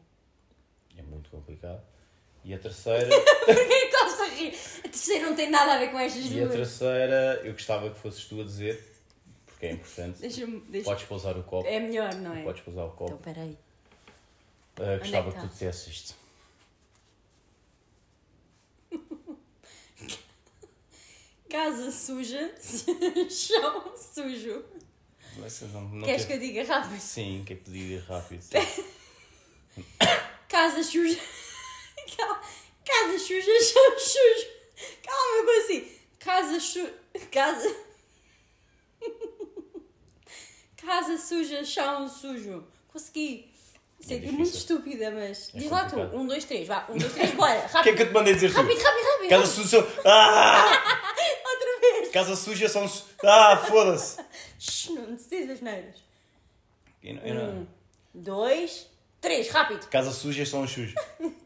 [SPEAKER 2] é muito complicado. E a terceira
[SPEAKER 1] Estás a rir. A terceira não tem nada a ver com estas
[SPEAKER 2] E a
[SPEAKER 1] duas.
[SPEAKER 2] terceira, eu gostava que fosses tu a dizer, porque é importante.
[SPEAKER 1] Deixa-me. Deixa
[SPEAKER 2] Podes pousar o copo.
[SPEAKER 1] É melhor, não é?
[SPEAKER 2] Podes pousar o
[SPEAKER 1] Então
[SPEAKER 2] copo.
[SPEAKER 1] peraí.
[SPEAKER 2] Ah, gostava
[SPEAKER 1] é que
[SPEAKER 2] que tu
[SPEAKER 1] tá?
[SPEAKER 2] dissesse isto.
[SPEAKER 1] Casa suja, chão sujo.
[SPEAKER 2] Mas eu Não, não
[SPEAKER 1] Queres que
[SPEAKER 2] quero-
[SPEAKER 1] eu diga rápido?
[SPEAKER 2] Sim, que é pedir rápido.
[SPEAKER 1] Casa suja. Calma. Casa suja, chão sujo. Calma, eu consigo. Casa suja. Casa. Casa suja, chão sujo. Consegui. Sei que é muito
[SPEAKER 2] difícil.
[SPEAKER 1] estúpida, mas.
[SPEAKER 2] É
[SPEAKER 1] Diz lá tu.
[SPEAKER 2] complicado.
[SPEAKER 1] Um, dois, três, vá. Um, dois, três, bora.
[SPEAKER 2] O que é
[SPEAKER 1] Rápido.
[SPEAKER 2] que eu te mandei dizer
[SPEAKER 1] Rápido,
[SPEAKER 2] tu?
[SPEAKER 1] rápido, rápido.
[SPEAKER 2] Casa suja. Ah!
[SPEAKER 1] Outra vez.
[SPEAKER 2] Casa suja são. su- Ah, foda-se!
[SPEAKER 1] Shhh, não te diz as neiras.
[SPEAKER 2] Eu não- eu não-
[SPEAKER 1] Hum. Dois, três, rápido.
[SPEAKER 2] Casa suja são os chus.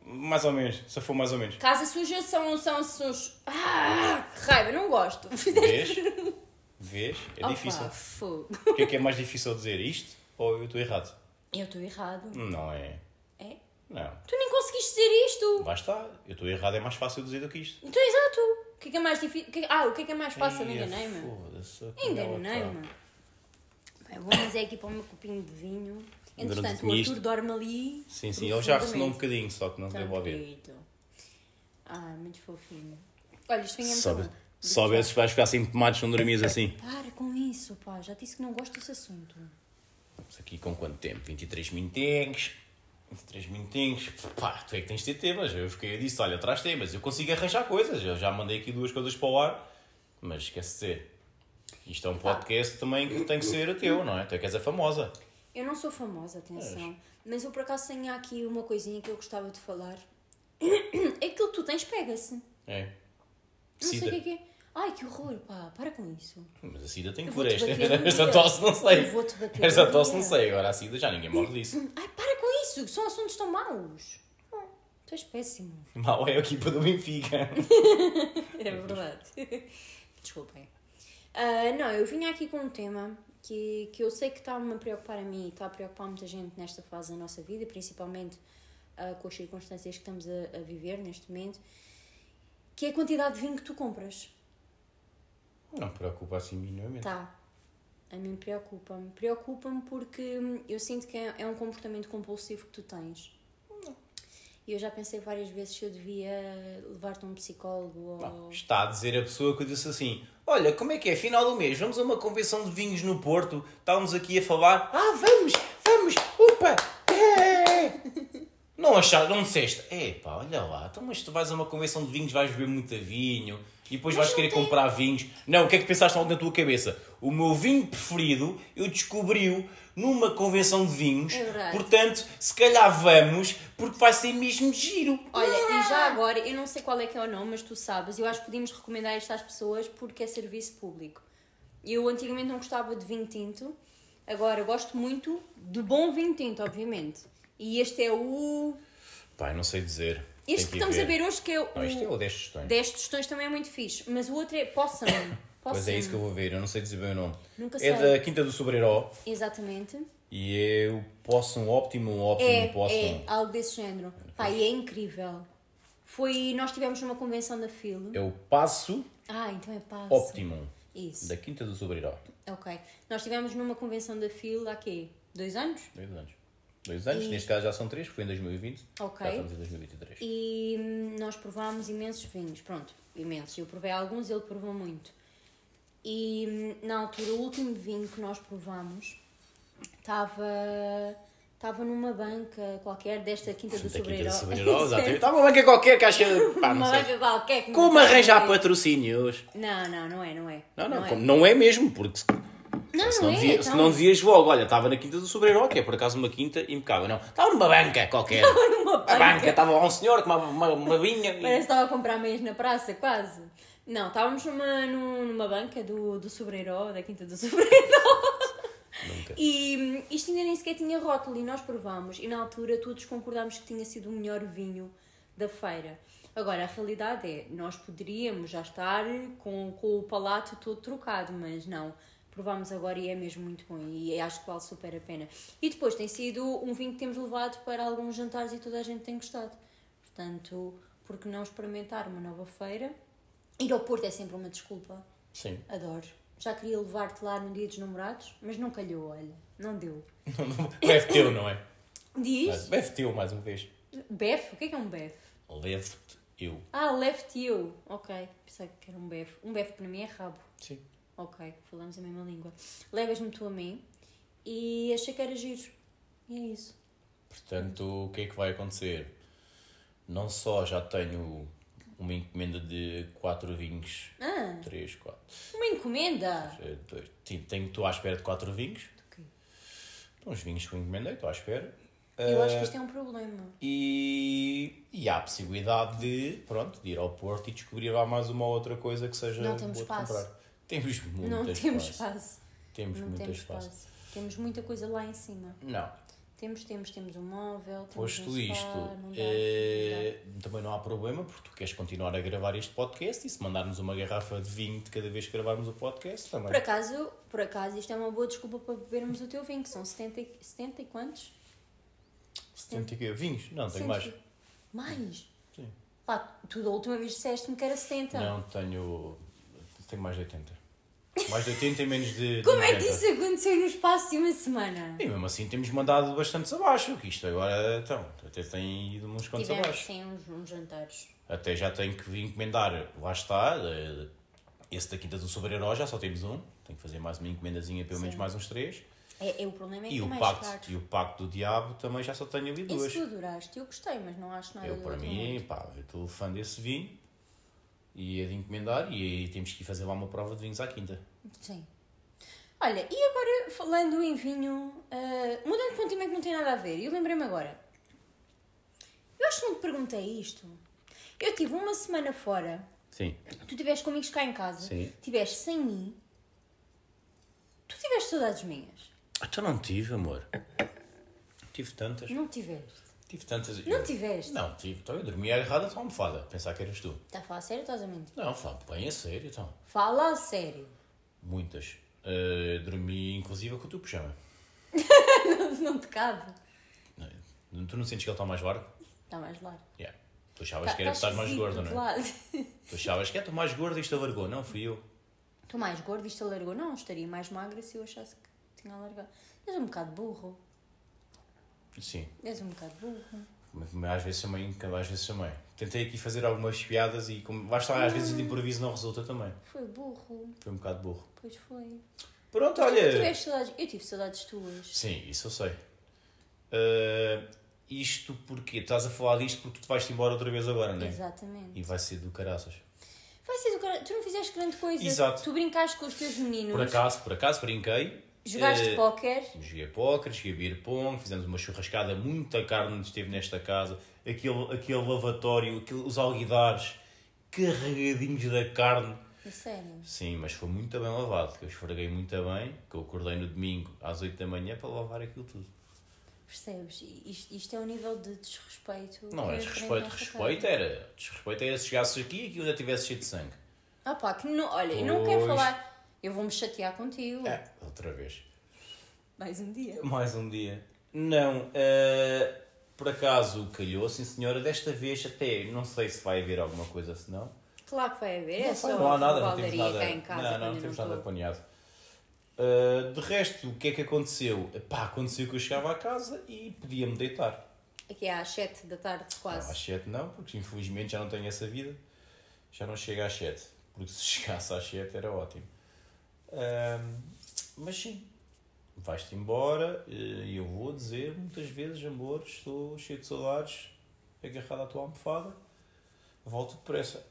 [SPEAKER 2] Mais ou menos, se for mais ou menos.
[SPEAKER 1] Casa suja são, são, são... Ah, que raiva, não gosto.
[SPEAKER 2] Vês? Vês? É
[SPEAKER 1] Opa,
[SPEAKER 2] difícil.
[SPEAKER 1] fogo.
[SPEAKER 2] O que é que é mais difícil dizer? Isto ou eu estou errado?
[SPEAKER 1] Eu estou errado.
[SPEAKER 2] Não é.
[SPEAKER 1] É?
[SPEAKER 2] Não.
[SPEAKER 1] Tu nem conseguiste dizer isto.
[SPEAKER 2] Lá está, eu estou errado, é mais fácil dizer do que isto.
[SPEAKER 1] Então, exato. O que é que é mais difícil? o que é- Ah, o que é que é mais fácil?
[SPEAKER 2] Ia,
[SPEAKER 1] Enganei-me.
[SPEAKER 2] foda-se,
[SPEAKER 1] Enganei-me.
[SPEAKER 2] tá.
[SPEAKER 1] Bem, Vou fazer aqui para o meu copinho de vinho. Entretanto, o
[SPEAKER 2] tinha isto.
[SPEAKER 1] Arthur dorme ali.
[SPEAKER 2] Sim, sim, ele já ressonou um
[SPEAKER 1] profundamente.
[SPEAKER 2] bocadinho, só que não se
[SPEAKER 1] Tão
[SPEAKER 2] deu a ouvir.
[SPEAKER 1] querido. Ah, muito fofinho. Olha, isto vinha muito
[SPEAKER 2] Sobe,
[SPEAKER 1] bom.
[SPEAKER 2] sobe esses vais ficar assim tomados, não dormias assim.
[SPEAKER 1] Para com isso, pá. Já disse que não gosto desse assunto.
[SPEAKER 2] Estamos aqui com quanto tempo? 23 minutinhos. 23 minutinhos. Pá, tu é que tens de ter temas. Eu fiquei, eu disse, olha, traz temas. Eu consigo arranjar coisas. Eu já mandei aqui duas coisas para o ar, mas esquece de ser. Isto é um podcast também que tem que ser o teu, não é? Tu é que és a famosa.
[SPEAKER 1] Eu não sou famosa, atenção. Mas eu por acaso tenho aqui uma coisinha que eu gostava de falar. É Aquilo que tu tens, pega-se. Não
[SPEAKER 2] É.
[SPEAKER 1] sei
[SPEAKER 2] Sida.
[SPEAKER 1] o que é que é. Ai, que horror, pá. Para com isso.
[SPEAKER 2] Mas a SIDA tem
[SPEAKER 1] Eu
[SPEAKER 2] cura.
[SPEAKER 1] vou-te
[SPEAKER 2] Esta,
[SPEAKER 1] bater um
[SPEAKER 2] esta
[SPEAKER 1] dia.
[SPEAKER 2] tosse não sei.
[SPEAKER 1] Eu vou-te bater
[SPEAKER 2] Esta
[SPEAKER 1] um
[SPEAKER 2] tosse
[SPEAKER 1] dia.
[SPEAKER 2] não sei. Agora a SIDA já ninguém morre disso.
[SPEAKER 1] Ai, para com isso. São assuntos tão maus. Tu és péssimo.
[SPEAKER 2] Mal é a equipa do Benfica.
[SPEAKER 1] É verdade. Desculpem. Ah, não, eu vim aqui com um tema que, que eu sei que está-me a preocupar a mim e está a preocupar muita gente nesta fase da nossa vida, principalmente ah, com as circunstâncias que estamos a, a viver neste momento, que é a quantidade de vinho que tu compras.
[SPEAKER 2] Não me preocupa assim minimamente.
[SPEAKER 1] Tá. A mim preocupa-me. Preocupa-me porque hum, eu sinto que é, é um comportamento compulsivo que tu tens. E eu já pensei várias vezes se eu devia levar-te a um psicólogo ou.
[SPEAKER 2] Está a dizer a pessoa que disse assim: Olha, como é que é? Final do mês, vamos a uma convenção de vinhos no Porto, estávamos aqui a falar. Ah, vamos, vamos, upa! é." Não achaste, não disseste, epá, olha lá, então, mas tu vais a uma convenção de vinhos, vais beber muito vinho e depois vais querer comprar vinhos. Não, o que é que pensaste logo na tua cabeça? O meu vinho preferido eu descobri-o numa convenção de vinhos,
[SPEAKER 1] É verdade.
[SPEAKER 2] portanto, se calhar vamos, porque vai ser mesmo giro.
[SPEAKER 1] Olha, e já agora, eu não sei qual é que é o nome, mas tu sabes, eu acho que podíamos recomendar isto às pessoas porque é serviço público. Eu antigamente não gostava de vinho tinto, agora gosto muito de bom vinho tinto, obviamente. E este é o.
[SPEAKER 2] Pai, não sei dizer.
[SPEAKER 1] Este que,
[SPEAKER 2] Tem
[SPEAKER 1] estamos
[SPEAKER 2] ir
[SPEAKER 1] a ver hoje, que é o.
[SPEAKER 2] Não, isto é o 10 tostões.
[SPEAKER 1] 10 tostões também é muito fixe, mas o outro é possam.
[SPEAKER 2] Pois é isso que eu vou ver, eu não sei dizer bem o nome.
[SPEAKER 1] Nunca
[SPEAKER 2] é
[SPEAKER 1] sei.
[SPEAKER 2] da Quinta do Sobreiró
[SPEAKER 1] Exatamente.
[SPEAKER 2] e é o Possum Optimum, Optimum
[SPEAKER 1] É,
[SPEAKER 2] Possum.
[SPEAKER 1] é, algo desse género. Pá, e é incrível. Foi. Nós tivemos numa convenção da FIL.
[SPEAKER 2] É o Passo
[SPEAKER 1] Ah, então é passo.
[SPEAKER 2] Optimum
[SPEAKER 1] Isso.
[SPEAKER 2] da Quinta do Sobreiró.
[SPEAKER 1] Ok. Nós estivemos numa convenção da FIL há quê? Dois anos?
[SPEAKER 2] Dois anos. Dois anos, neste caso já são três, porque foi em 2020.
[SPEAKER 1] Ok.
[SPEAKER 2] Já estamos em 2023.
[SPEAKER 1] E hum, nós provámos imensos vinhos. Pronto, imensos. Eu provei alguns, ele provou muito. E hum, na altura, o último vinho que nós provámos estava. Estava numa banca qualquer desta Quinta do
[SPEAKER 2] da Quinta
[SPEAKER 1] Sobreiro.
[SPEAKER 2] do Sobreiró, já teve. Está uma banca qualquer que acha. Pá, não
[SPEAKER 1] Uma
[SPEAKER 2] sei.
[SPEAKER 1] banca qualquer. que
[SPEAKER 2] Como
[SPEAKER 1] nunca
[SPEAKER 2] arranjar
[SPEAKER 1] comprei.
[SPEAKER 2] patrocínios?
[SPEAKER 1] Não, não, não é, não é.
[SPEAKER 2] Não, não, como- não,
[SPEAKER 1] é.
[SPEAKER 2] é. mesmo, porque se,
[SPEAKER 1] Não,
[SPEAKER 2] se
[SPEAKER 1] não
[SPEAKER 2] não,
[SPEAKER 1] é.
[SPEAKER 2] dizia- se
[SPEAKER 1] então.
[SPEAKER 2] não dizias logo, olha, estava na Quinta do Sobreiró, que é por acaso uma quinta impecável. Não, estava numa banca qualquer.
[SPEAKER 1] Numa
[SPEAKER 2] A
[SPEAKER 1] banca.
[SPEAKER 2] banca estava lá um senhor com uma, uma, uma vinha. e-
[SPEAKER 1] Parece que estava a comprar meias na praça, quase. Não, estávamos numa, num- numa banca do, do Sobreiró, da Quinta do Sobreiró.
[SPEAKER 2] Nunca.
[SPEAKER 1] E hum, isto ainda nem sequer tinha rótulo e nós provámos. E na altura todos concordámos que tinha sido o melhor vinho da feira. Agora, a realidade é, nós poderíamos já estar com, com o palato todo trocado, mas não. Provámos agora e é mesmo muito bom e é, acho que vale super a pena. E depois tem sido um vinho que temos levado para alguns jantares e toda a gente tem gostado. Portanto, porque não experimentar uma nova feira? Ir ao Porto é sempre uma desculpa.
[SPEAKER 2] Sim.
[SPEAKER 1] Adoro. Já queria levar-te lá no dia dos namorados, mas não calhou, olha. Não deu.
[SPEAKER 2] Leve teu, não é?
[SPEAKER 1] Diz,
[SPEAKER 2] Leve teu, mais uma vez.
[SPEAKER 1] befe? O que é que é um befe?
[SPEAKER 2] Leve-te eu.
[SPEAKER 1] Ah, left you. Ok, pensei que era um befe. Um befe para mim é rabo.
[SPEAKER 2] Sim.
[SPEAKER 1] Ok, falamos a mesma língua. Levas-me tu a mim e achei que era giro. E é isso.
[SPEAKER 2] Portanto, o que é que vai acontecer? Não só já tenho uma encomenda de 4 vinhos.
[SPEAKER 1] Ah.
[SPEAKER 2] 3, 4.
[SPEAKER 1] Uma encomenda!
[SPEAKER 2] Tenho, estou à espera de 4 vinhos.
[SPEAKER 1] Ok.
[SPEAKER 2] Então, os vinhos que eu encomendei, estou à espera.
[SPEAKER 1] Eu
[SPEAKER 2] Eh,
[SPEAKER 1] acho que isto é um problema.
[SPEAKER 2] E, e há a possibilidade de, pronto, de ir ao Porto e descobrir lá mais uma outra coisa que seja
[SPEAKER 1] Não temos
[SPEAKER 2] boa de
[SPEAKER 1] espaço.
[SPEAKER 2] comprar. Temos muito
[SPEAKER 1] não
[SPEAKER 2] espaço.
[SPEAKER 1] temos espaço.
[SPEAKER 2] Temos
[SPEAKER 1] Não
[SPEAKER 2] muito
[SPEAKER 1] temos
[SPEAKER 2] espaço.
[SPEAKER 1] espaço. Temos muita coisa lá em cima.
[SPEAKER 2] Não,
[SPEAKER 1] Temos, temos, temos um móvel, temos um
[SPEAKER 2] Posto
[SPEAKER 1] spa,
[SPEAKER 2] isto,
[SPEAKER 1] não dá,
[SPEAKER 2] eh, também não há problema, porque tu queres continuar a gravar este podcast e se mandarmos uma garrafa de vinho de cada vez que gravarmos o podcast também.
[SPEAKER 1] Por acaso, por acaso, isto é uma boa desculpa para bebermos o teu vinho, que são 70, e- 70 e quantos?
[SPEAKER 2] 70 e quê? Vinhos? Não, tenho mais.
[SPEAKER 1] Cento e- Mais?
[SPEAKER 2] Sim.
[SPEAKER 1] Pá, tu da última vez disseste-me que era 70.
[SPEAKER 2] Não, tenho. Tenho mais de 80. Mais de 80 e menos de. de
[SPEAKER 1] Como é que
[SPEAKER 2] 90.
[SPEAKER 1] isso aconteceu no espaço de uma semana?
[SPEAKER 2] E mesmo assim temos mandado bastantes abaixo, que isto agora, então, até tem ido uns quantos
[SPEAKER 1] Tivemos,
[SPEAKER 2] abaixo.
[SPEAKER 1] sim, uns, uns jantares.
[SPEAKER 2] Até já tenho que vir encomendar, lá está, eh, esse da Quinta do Sobre-Herói já só temos um, tenho que fazer mais uma encomendazinha, pelo menos mais uns três.
[SPEAKER 1] É, é, o problema é que
[SPEAKER 2] E
[SPEAKER 1] é
[SPEAKER 2] o,
[SPEAKER 1] mais
[SPEAKER 2] pacto,
[SPEAKER 1] caro.
[SPEAKER 2] e o Pacto do Diabo também já só tenho ali
[SPEAKER 1] Isso é
[SPEAKER 2] duas.
[SPEAKER 1] tu duraste, eu gostei, mas não acho nada
[SPEAKER 2] Eu,
[SPEAKER 1] do
[SPEAKER 2] para
[SPEAKER 1] outro
[SPEAKER 2] mim,
[SPEAKER 1] mundo.
[SPEAKER 2] pá, eu estou fã desse vinho e é de encomendar e aí temos que ir fazer lá uma prova de vinhos à quinta.
[SPEAKER 1] Sim. Olha, e agora falando em vinho, ah, mudando de ponto e meio que não tem nada a ver, eu lembrei-me agora. Eu acho que não te perguntei isto. Eu tive uma semana fora,
[SPEAKER 2] Sim.
[SPEAKER 1] tu estiveste comigo cá em casa,
[SPEAKER 2] Sim.
[SPEAKER 1] estiveste sem mim, tu tiveste saudades minhas.
[SPEAKER 2] Então não tive, amor. Tive tantas.
[SPEAKER 1] Não tiveste.
[SPEAKER 2] Tive tantas.
[SPEAKER 1] Não
[SPEAKER 2] Eu-
[SPEAKER 1] tiveste?
[SPEAKER 2] Não, tive. Então eu dormia agarrada à tua almofada, pensar que eras tu.
[SPEAKER 1] Está a falar a sério ou estás a mentir?
[SPEAKER 2] Não, falo bem a sério, então.
[SPEAKER 1] Fala a sério.
[SPEAKER 2] Muitas. Eh, dormi inclusive com o teu pijama.
[SPEAKER 1] não te cabe.
[SPEAKER 2] Não- é? Tu não sentes que ele está mais largo?
[SPEAKER 1] Está mais largo.
[SPEAKER 2] Yeah. Tu
[SPEAKER 1] Tá-
[SPEAKER 2] achavas que era por estar mais gordo, não é? Tu achavas que é tu mais gordo e isto alargou. Não, fui eu.
[SPEAKER 1] Estou mais gordo, isto alargou. Não, estaria mais magra se eu achasse que tinha alargado. És um bocado burro.
[SPEAKER 2] Sim.
[SPEAKER 1] És um bocado burro.
[SPEAKER 2] Mas- mas Às vezes também, às vezes também. Tentei aqui fazer algumas piadas e como lá está, às vezes de improviso não resulta também.
[SPEAKER 1] Foi burro.
[SPEAKER 2] Foi um bocado burro.
[SPEAKER 1] Pois foi.
[SPEAKER 2] Pronto,
[SPEAKER 1] Tu
[SPEAKER 2] olha.
[SPEAKER 1] tiveste saudades. Eu tive saudades tuas.
[SPEAKER 2] Sim, isso eu sei. Ah, isto porque estás a falar disto porque tu vais-te embora outra vez agora, não é?
[SPEAKER 1] Exatamente.
[SPEAKER 2] E vai ser do caraças.
[SPEAKER 1] Vai ser do cara. Tu não fizeste grande coisa.
[SPEAKER 2] Exato.
[SPEAKER 1] Tu brincaste com os teus meninos.
[SPEAKER 2] Por acaso, por acaso, brinquei.
[SPEAKER 1] Jogaste
[SPEAKER 2] Ah,
[SPEAKER 1] póquer.
[SPEAKER 2] Joguei póquer, joguei beer pong, fizemos uma churrascada, muita carne esteve nesta casa, aquele, aquele lavatório, aquele- os alguidares carregadinhos da carne.
[SPEAKER 1] É sério.
[SPEAKER 2] Sim, mas foi muito bem lavado, que eu esfreguei muito bem, que eu acordei no domingo às 8 da manhã para lavar aquilo tudo.
[SPEAKER 1] Percebes? Isto, isto é um nível de desrespeito.
[SPEAKER 2] Não
[SPEAKER 1] que
[SPEAKER 2] é
[SPEAKER 1] eu
[SPEAKER 2] desrespeito,
[SPEAKER 1] aprendi nesta
[SPEAKER 2] respeito é- era. Desrespeito era se chegasses aqui e aquilo já tivesse cheio de sangue.
[SPEAKER 1] casa. Ah pá, que não. Olha, eu não quero
[SPEAKER 2] Pois.
[SPEAKER 1] falar. Eu vou-me chatear contigo.
[SPEAKER 2] É, outra vez.
[SPEAKER 1] Mais um dia.
[SPEAKER 2] Mais um dia. Não, eh, por acaso calhou, sim senhora, desta vez até não sei se vai haver alguma coisa, se não.
[SPEAKER 1] Claro que vai haver. é
[SPEAKER 2] Não,
[SPEAKER 1] só
[SPEAKER 2] sei, não há nada, não temos
[SPEAKER 1] baldaria
[SPEAKER 2] nada.
[SPEAKER 1] cá é em casa
[SPEAKER 2] não,
[SPEAKER 1] quando eu
[SPEAKER 2] não, temos
[SPEAKER 1] não
[SPEAKER 2] nada
[SPEAKER 1] tô.
[SPEAKER 2] planeado. Eh, de resto, o que é que aconteceu? Pá, aconteceu que eu chegava à casa e podia-me deitar.
[SPEAKER 1] Aqui é às 7 da tarde,
[SPEAKER 2] Não, às
[SPEAKER 1] quase.
[SPEAKER 2] 7 não, porque infelizmente já não tenho essa vida. Já não chego às 7. Porque se chegasse às 7 era ótimo. Ahm, mas sim, vais-te embora eh, e eu vou dizer muitas vezes, amor, estou cheio de saudades, agarrado à tua almofada, volto depressa.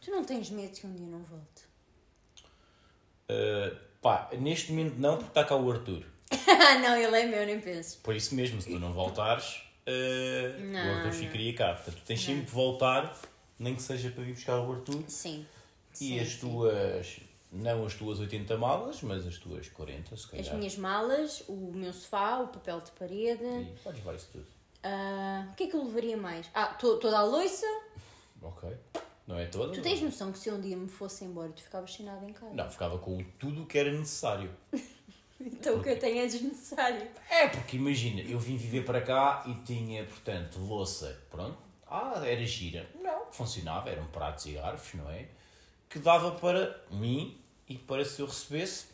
[SPEAKER 1] Tu não tens medo que um dia não volte.
[SPEAKER 2] Ah, pá, neste momento não, porque está cá o Arthur.
[SPEAKER 1] Ah, não, ele é meu, nem penso.
[SPEAKER 2] Por isso mesmo, se tu não voltares, ah,
[SPEAKER 1] Não,
[SPEAKER 2] o
[SPEAKER 1] não.
[SPEAKER 2] Arthur ficaria cá. Portanto, tens sempre de voltar, nem que seja para vir buscar o Arthur.
[SPEAKER 1] Sim.
[SPEAKER 2] E
[SPEAKER 1] Sim,
[SPEAKER 2] as
[SPEAKER 1] sim.
[SPEAKER 2] tuas, não as tuas 80 malas, mas as tuas 40, se calhar.
[SPEAKER 1] As minhas malas, o meu sofá, o papel de parede.
[SPEAKER 2] E podes levar isso tudo.
[SPEAKER 1] Ah, o que é que eu levaria mais? Ah, to- toda a loiça.
[SPEAKER 2] Ok. Não é toda?
[SPEAKER 1] Tu
[SPEAKER 2] não?
[SPEAKER 1] tens noção que se um dia me fosse embora, tu ficavas sem nada em casa.
[SPEAKER 2] Não, ficava com tudo o que era necessário.
[SPEAKER 1] Então o que eu tenho é desnecessário.
[SPEAKER 2] É, porque imagina, eu vim viver para cá e tinha, portanto, louça, pronto. Ah, era gira. Não, funcionava, um eram pratos e garfos, não é? Que dava para mim e para se eu recebesse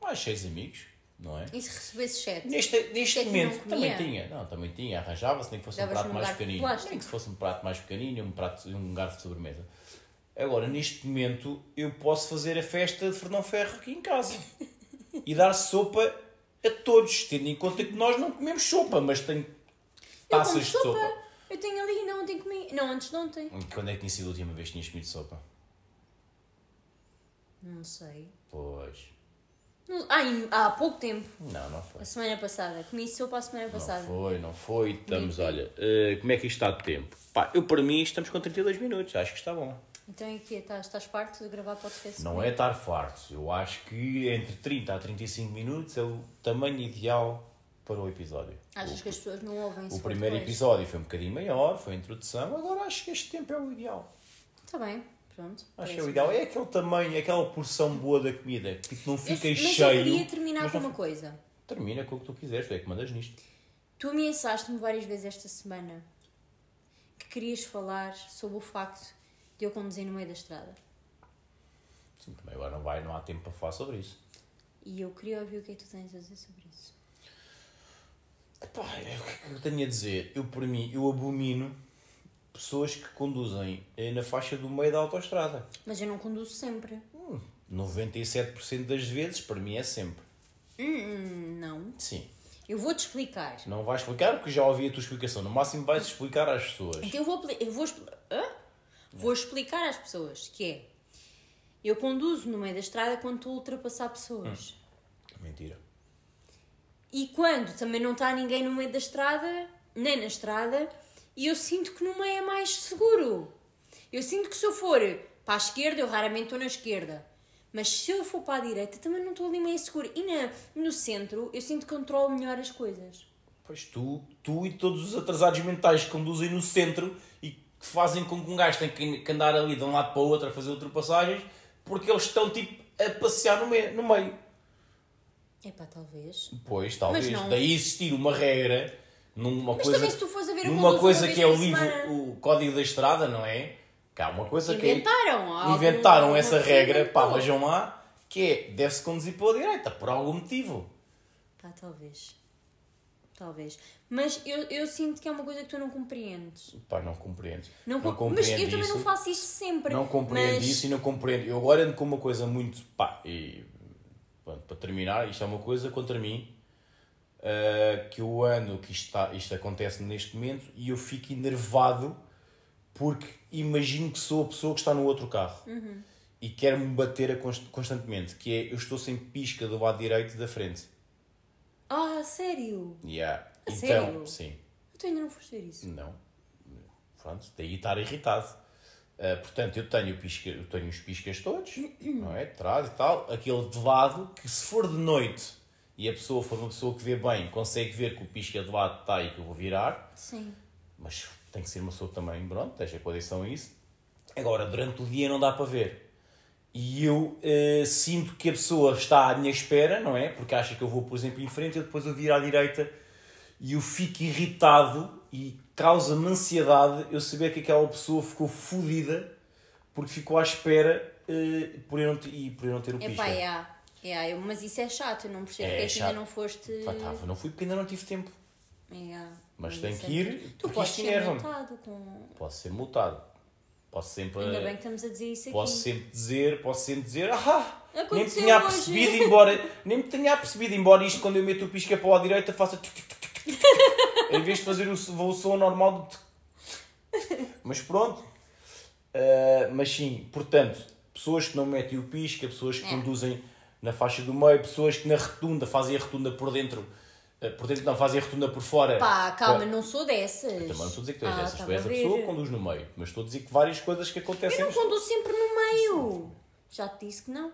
[SPEAKER 2] mais seis amigos, não é?
[SPEAKER 1] E se recebesse sete?
[SPEAKER 2] Neste, neste
[SPEAKER 1] é que
[SPEAKER 2] momento
[SPEAKER 1] não comia?
[SPEAKER 2] também tinha, não, também tinha, arranjava-se, nem que fosse um
[SPEAKER 1] Davas-me
[SPEAKER 2] prato
[SPEAKER 1] um
[SPEAKER 2] mais
[SPEAKER 1] garfo de
[SPEAKER 2] pequenino.
[SPEAKER 1] plástico.
[SPEAKER 2] Nem que fosse um prato mais pequenino, um, prato, um garfo de sobremesa. Agora, neste momento, eu posso fazer a festa de Fernão Ferro aqui em casa e dar sopa a todos, tendo em conta que nós não comemos sopa, mas tenho
[SPEAKER 1] eu como
[SPEAKER 2] taças de sopa.
[SPEAKER 1] Eu tenho ali, não ontem comi. Não, antes de ontem.
[SPEAKER 2] Quando é que tinha sido a última vez que tinhas comido sopa?
[SPEAKER 1] Não sei.
[SPEAKER 2] Pois,
[SPEAKER 1] Não- ah, em- há pouco tempo.
[SPEAKER 2] não, não foi.
[SPEAKER 1] A semana passada. Comi sopa a semana
[SPEAKER 2] Não
[SPEAKER 1] passada.
[SPEAKER 2] foi, não foi. Estamos, olha, eh, como é que isto está de tempo? Pá, eu para mim estamos com 32 minutos, acho que está bom.
[SPEAKER 1] Então e que estás, estás farto de gravar podcast?
[SPEAKER 2] Não é estar farto. Eu acho que entre 30 a 35 minutos é o tamanho ideal para o episódio.
[SPEAKER 1] Achas que as pessoas não ouvem
[SPEAKER 2] O primeiro episódio foi um bocadinho maior, foi a introdução. Agora acho que este tempo é o ideal.
[SPEAKER 1] Está Tá bem, pronto.
[SPEAKER 2] Acho que é o
[SPEAKER 1] parece-me.
[SPEAKER 2] ideal. É aquele tamanho, aquela porção boa da comida que tu não
[SPEAKER 1] Eu-
[SPEAKER 2] fica
[SPEAKER 1] mas
[SPEAKER 2] cheio.
[SPEAKER 1] eu queria terminar
[SPEAKER 2] mas
[SPEAKER 1] com
[SPEAKER 2] não
[SPEAKER 1] uma
[SPEAKER 2] fi-
[SPEAKER 1] coisa.
[SPEAKER 2] Termina com o que tu quiseres, tu é que mandas nisto.
[SPEAKER 1] Tu ameaçaste-me várias vezes esta semana que querias falar sobre o facto de eu conduzir no meio da estrada.
[SPEAKER 2] Sim, também agora não vai, não há tempo para falar sobre isso.
[SPEAKER 1] E eu queria ouvir o que é que tu tens a dizer sobre isso.
[SPEAKER 2] Epá, é o que é que eu tenho a dizer? Eu, por mim, eu abomino pessoas que conduzem eh, na faixa do meio da autoestrada.
[SPEAKER 1] Mas eu não conduzo sempre.
[SPEAKER 2] Hum, 97% das vezes, para mim, é sempre.
[SPEAKER 1] Hum, não.
[SPEAKER 2] Sim.
[SPEAKER 1] Eu vou-te explicar.
[SPEAKER 2] Não vais explicar porque já ouvi a tua explicação. No máximo vais explicar às pessoas.
[SPEAKER 1] Então eu vou, apli- eu vou, expli- hã? vou explicar às pessoas que é. Eu conduzo no meio da estrada quando estou a ultrapassar
[SPEAKER 2] Hum.
[SPEAKER 1] pessoas.
[SPEAKER 2] Mentira.
[SPEAKER 1] E quando também não está ninguém no meio da estrada, nem na estrada, e eu sinto que no meio é mais seguro. Eu sinto que se eu for para a esquerda, eu raramente estou na esquerda. Mas se eu for para a direita, também não estou ali meio seguro. E na- no centro, eu sinto que controlo melhor as coisas.
[SPEAKER 2] Pois tu, tu e todos os atrasados mentais que conduzem no centro e que fazem com que um gajo tenha que que andar ali de um lado para o outro a fazer ultrapassagens porque eles estão tipo a passear no, me- no meio.
[SPEAKER 1] Epá, É talvez.
[SPEAKER 2] Pois, talvez.
[SPEAKER 1] não.
[SPEAKER 2] Daí existir uma regra numa
[SPEAKER 1] Mas
[SPEAKER 2] coisa.
[SPEAKER 1] também se tu fores a ver o
[SPEAKER 2] numa
[SPEAKER 1] Google uma
[SPEAKER 2] coisa
[SPEAKER 1] vez
[SPEAKER 2] que é o
[SPEAKER 1] por
[SPEAKER 2] livro,
[SPEAKER 1] semana.
[SPEAKER 2] o Código da Estrada, não é? Que há uma coisa que é.
[SPEAKER 1] Inventaram. há algum-
[SPEAKER 2] inventaram
[SPEAKER 1] alguma
[SPEAKER 2] essa
[SPEAKER 1] pessoa
[SPEAKER 2] regra, pá,
[SPEAKER 1] inventou.
[SPEAKER 2] vejam lá, que é deve-se conduzir pela direita, por algum motivo.
[SPEAKER 1] Pá, talvez. talvez. Mas eu, eu sinto que é uma coisa que tu não compreendes.
[SPEAKER 2] Pá, não compreendo.
[SPEAKER 1] Não, com- Mas eu também não faço isto sempre.
[SPEAKER 2] Não compreendo
[SPEAKER 1] mas...
[SPEAKER 2] isso e não compreendo. Eu agora ando com uma coisa muito. pá, e. pronto, para terminar, isto é uma coisa contra mim ah, que eu ando, que isto, está- isto acontece neste momento e eu fico enervado porque imagino que sou a pessoa que está no outro carro
[SPEAKER 1] Uhum.
[SPEAKER 2] e quero-me bater a const- constantemente. Que é eu estou sem pisca do lado direito da frente.
[SPEAKER 1] Ah, sério?
[SPEAKER 2] Yeah.
[SPEAKER 1] A
[SPEAKER 2] então,
[SPEAKER 1] sério?
[SPEAKER 2] sim.
[SPEAKER 1] Eu tu ainda não foste ver isso.
[SPEAKER 2] Não. Pronto, daí estar irritado. Ah, portanto, eu tenho, pisca, eu tenho os piscas todos, não é? De trás e tal. Aquele de lado, que se for de noite e a pessoa for uma pessoa que vê bem, consegue ver que o pisca de lado está e que eu vou virar.
[SPEAKER 1] Sim.
[SPEAKER 2] Mas tem que ser uma pessoa também, pronto, esteja com atenção a isso. Agora, durante o dia não dá para ver. E eu ah, sinto que a pessoa está à minha espera, não é? Porque acha que eu vou, por exemplo, em frente, eu depois eu viro à direita e eu fico irritado e causa-me ansiedade eu saber que aquela pessoa ficou fodida porque ficou à espera eh, por eu não, te- e por eu não ter o
[SPEAKER 1] É
[SPEAKER 2] pisca.
[SPEAKER 1] pá, é. É, eu- mas isso é chato, eu não percebo
[SPEAKER 2] É,
[SPEAKER 1] porque
[SPEAKER 2] é
[SPEAKER 1] é que
[SPEAKER 2] chato.
[SPEAKER 1] ainda não foste.
[SPEAKER 2] Pá, tava, não fui porque ainda não tive tempo.
[SPEAKER 1] É,
[SPEAKER 2] Mas
[SPEAKER 1] isso
[SPEAKER 2] tem
[SPEAKER 1] é
[SPEAKER 2] que ir,
[SPEAKER 1] triste.
[SPEAKER 2] porque
[SPEAKER 1] Tu
[SPEAKER 2] isto
[SPEAKER 1] podes ser
[SPEAKER 2] enerva-me.
[SPEAKER 1] multado com.
[SPEAKER 2] Posso ser multado. Posso sempre,
[SPEAKER 1] Ainda bem que estamos a dizer isso aqui.
[SPEAKER 2] Eh, posso sempre dizer, posso sempre dizer, ah, nem me
[SPEAKER 1] Aconteceu
[SPEAKER 2] tinha
[SPEAKER 1] hoje."
[SPEAKER 2] apercebido embora, nem me tinha apercebido embora isto quando eu meto o pisca para a direita faço tuc, tuc, tuc, tuc, tuc, tuc, em vez de fazer o, o som normal do tuc, Mas pronto. Uh, mas sim, portanto, pessoas que não metem o pisca, pessoas que
[SPEAKER 1] É.
[SPEAKER 2] conduzem na faixa do meio, pessoas que na retunda fazem a retunda por dentro. uh, por dentro não, fazem a retunda por fora.
[SPEAKER 1] Pá, calma,
[SPEAKER 2] Pa-
[SPEAKER 1] não sou dessas.
[SPEAKER 2] Também não estou a dizer que tu és
[SPEAKER 1] Ah,
[SPEAKER 2] dessas. Tu
[SPEAKER 1] estava
[SPEAKER 2] és a
[SPEAKER 1] ver.
[SPEAKER 2] pessoa que conduz no meio. Mas estou a dizer que várias coisas que acontecem.
[SPEAKER 1] Eu não conduzo sempre no meio. Já te disse que não.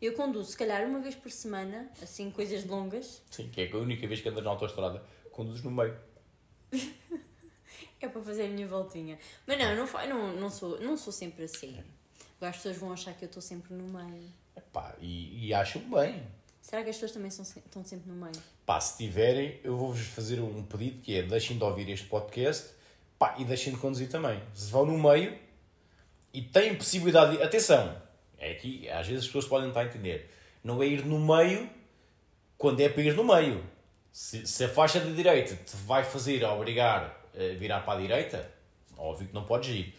[SPEAKER 1] Eu conduzo, se calhar, uma vez por semana, assim, coisas longas.
[SPEAKER 2] Sim, que é a única vez que andas na autoestrada, conduzes no meio.
[SPEAKER 1] É para fazer a minha voltinha. Mas não, não, fa- não, não, sou, não sou sempre assim. Agora as pessoas vão achar que eu estou sempre no meio.
[SPEAKER 2] Epá, e, e acham bem.
[SPEAKER 1] Será que as pessoas também são se- estão sempre no meio?
[SPEAKER 2] Pá, se tiverem, eu vou-vos fazer um pedido que é deixem de ouvir este podcast pá, e deixem de conduzir também. Se vão no meio e têm possibilidade de... Atenção, é aqui, às vezes as pessoas podem não estar a entender. Não é ir no meio quando é para ir no meio. Se, se a faixa de direita te vai fazer a obrigar a virar para a direita, óbvio que não podes ir.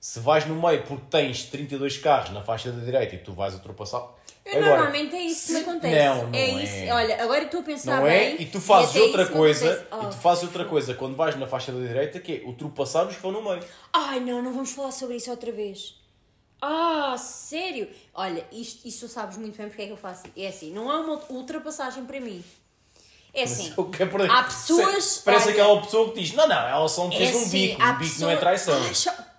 [SPEAKER 2] Se vais no meio porque tens 32 carros na faixa da direita e tu vais ultrapassar...
[SPEAKER 1] Eu normalmente é isso que me
[SPEAKER 2] se-
[SPEAKER 1] acontece.
[SPEAKER 2] Não, não
[SPEAKER 1] é, isso. Olha, agora eu estou a pensar
[SPEAKER 2] não
[SPEAKER 1] bem.
[SPEAKER 2] é? E tu fazes
[SPEAKER 1] até
[SPEAKER 2] outra
[SPEAKER 1] isso me
[SPEAKER 2] coisa,
[SPEAKER 1] acontece.
[SPEAKER 2] e
[SPEAKER 1] Oh.
[SPEAKER 2] tu fazes outra coisa quando vais na faixa da direita, que é ultrapassar os que vão no meio.
[SPEAKER 1] Ai não, não vamos falar sobre isso outra vez. Ah, sério? Olha, isto, isto tu sabes muito bem porque é que eu faço. É assim, não é uma ultrapassagem para mim. É assim.
[SPEAKER 2] Mas eu quero perder.
[SPEAKER 1] Há pessoas.
[SPEAKER 2] Se- Parece
[SPEAKER 1] olha,
[SPEAKER 2] aquela pessoa que diz: não, não, ela só me
[SPEAKER 1] é
[SPEAKER 2] fez um
[SPEAKER 1] assim,
[SPEAKER 2] bico,
[SPEAKER 1] há
[SPEAKER 2] um bico não é
[SPEAKER 1] pessoas-
[SPEAKER 2] traição.
[SPEAKER 1] Ah, só-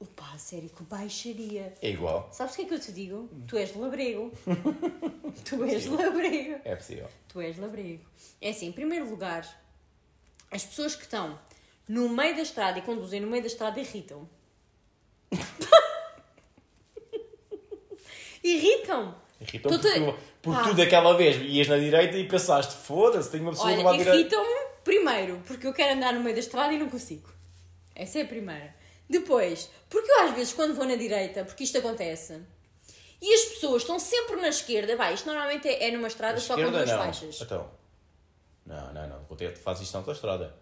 [SPEAKER 1] Opa, sério, que baixaria.
[SPEAKER 2] É igual,
[SPEAKER 1] Sabes o que é que eu te digo? Tu és labrego. tu és labrego.
[SPEAKER 2] é possível.
[SPEAKER 1] Tu és labrego. É assim, em primeiro lugar, as pessoas que estão no meio da estrada e conduzem no meio da estrada irritam. irritam.
[SPEAKER 2] Irritam-me
[SPEAKER 1] Tô-te-
[SPEAKER 2] porque, tu- porque
[SPEAKER 1] Pá.
[SPEAKER 2] tu daquela vez ias na direita e pensaste: foda-se, tenho uma pessoa do
[SPEAKER 1] Olha,
[SPEAKER 2] lado direito.
[SPEAKER 1] irritam-me primeiro, porque eu quero andar no meio da estrada e não consigo. Essa é a primeira. Depois, porque eu às vezes quando vou na direita, porque isto acontece, e as pessoas estão sempre na esquerda, vai, isto normalmente é é numa estrada só com duas
[SPEAKER 2] não.
[SPEAKER 1] faixas.
[SPEAKER 2] Então, não, não, não, vou ter, faz isto na autostrada.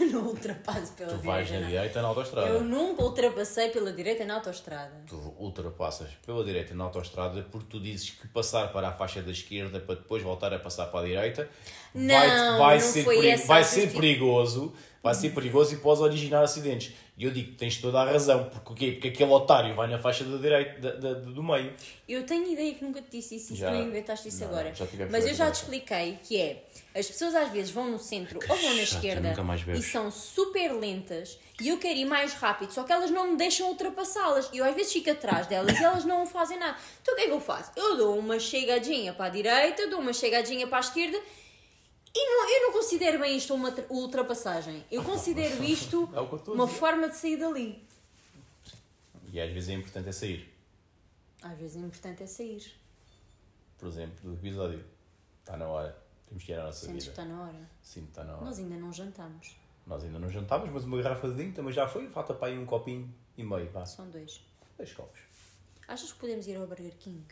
[SPEAKER 1] Eu não ultrapasso pela
[SPEAKER 2] Tu
[SPEAKER 1] direita.
[SPEAKER 2] vais na
[SPEAKER 1] não.
[SPEAKER 2] direita na autostrada.
[SPEAKER 1] Eu nunca ultrapassei pela direita na autostrada.
[SPEAKER 2] Tu ultrapassas pela direita na autostrada porque tu dizes que passar para a faixa da esquerda para depois voltar a passar para a direita
[SPEAKER 1] Não, não foi
[SPEAKER 2] peri-
[SPEAKER 1] essa
[SPEAKER 2] vai
[SPEAKER 1] a
[SPEAKER 2] ser
[SPEAKER 1] justi-
[SPEAKER 2] perigoso, vai ser perigoso e pode originar acidentes. E eu digo que tens toda a razão, porque o quê? Porque aquele otário vai na faixa da direita da- da- do meio.
[SPEAKER 1] Eu tenho ideia que nunca te disse isso e
[SPEAKER 2] Já-
[SPEAKER 1] tu inventaste isso
[SPEAKER 2] não,
[SPEAKER 1] agora.
[SPEAKER 2] não, já tivemos
[SPEAKER 1] Mas eu
[SPEAKER 2] essa
[SPEAKER 1] já te
[SPEAKER 2] conversa.
[SPEAKER 1] expliquei que é as pessoas às vezes vão no centro ou vão na
[SPEAKER 2] chata,
[SPEAKER 1] esquerda
[SPEAKER 2] nunca mais
[SPEAKER 1] e
[SPEAKER 2] bebes.
[SPEAKER 1] são super lentas e eu quero ir mais rápido, só que elas não me deixam ultrapassá-las. E eu às vezes fico atrás delas e elas não fazem nada. Então o que é que eu faço? Eu dou uma chegadinha para a direita, dou uma chegadinha para a esquerda e não, eu não considero bem isto uma tra- ultrapassagem. Eu considero isto
[SPEAKER 2] É o que eu estou a
[SPEAKER 1] uma
[SPEAKER 2] dizer.
[SPEAKER 1] forma de sair dali.
[SPEAKER 2] E às vezes é importante é sair.
[SPEAKER 1] Às vezes o importante é sair.
[SPEAKER 2] Por exemplo, do episódio. Está na hora. Temos que ir à nossa
[SPEAKER 1] Sentes que
[SPEAKER 2] vida.
[SPEAKER 1] está na hora.
[SPEAKER 2] Sim, está na hora.
[SPEAKER 1] Nós ainda não jantamos.
[SPEAKER 2] Nós ainda não jantámos, mas uma garrafa de vinho também já foi. Falta para aí um copinho e meio. Vá.
[SPEAKER 1] São dois.
[SPEAKER 2] Dois copos.
[SPEAKER 1] Achas que podemos ir ao Burger King?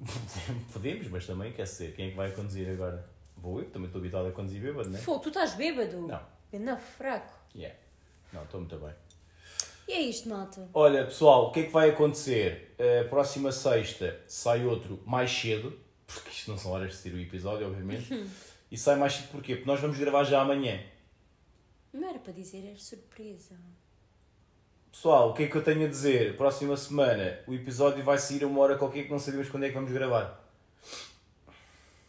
[SPEAKER 2] Podemos, mas também quer ser. Quem é que vai conduzir agora? Vou eu, também estou habituado a conduzir bêbado, não é?
[SPEAKER 1] Fô, tu estás bêbado?
[SPEAKER 2] Não.
[SPEAKER 1] Não, fraco.
[SPEAKER 2] Yeah. Não, estou muito bem.
[SPEAKER 1] E é isto, malta.
[SPEAKER 2] Olha, pessoal, o que é que vai acontecer? Eh, próxima sexta sai outro mais cedo, porque isto não são horas de sair o episódio, obviamente. e sai mais cedo porquê? Porque nós vamos gravar já amanhã.
[SPEAKER 1] Não era para dizer, era surpresa.
[SPEAKER 2] Pessoal, o que é que eu tenho a dizer? Próxima semana o episódio vai sair a uma hora qualquer que não sabemos quando é que vamos gravar.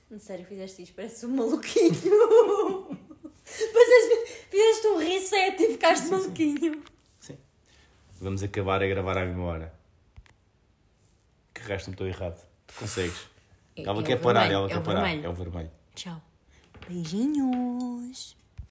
[SPEAKER 1] Não sério, fizeste isto, parece um maluquinho. Mas fizeste um reset e ficaste maluquinho.
[SPEAKER 2] Vamos acabar a gravar à mesma hora. Que resto não estou errado. Consegues.
[SPEAKER 1] É-
[SPEAKER 2] ela
[SPEAKER 1] é o
[SPEAKER 2] quer parar,
[SPEAKER 1] vermelho,
[SPEAKER 2] ela
[SPEAKER 1] é
[SPEAKER 2] quer
[SPEAKER 1] o
[SPEAKER 2] parar.
[SPEAKER 1] vermelho.
[SPEAKER 2] É o vermelho.
[SPEAKER 1] Tchau. Beijinhos.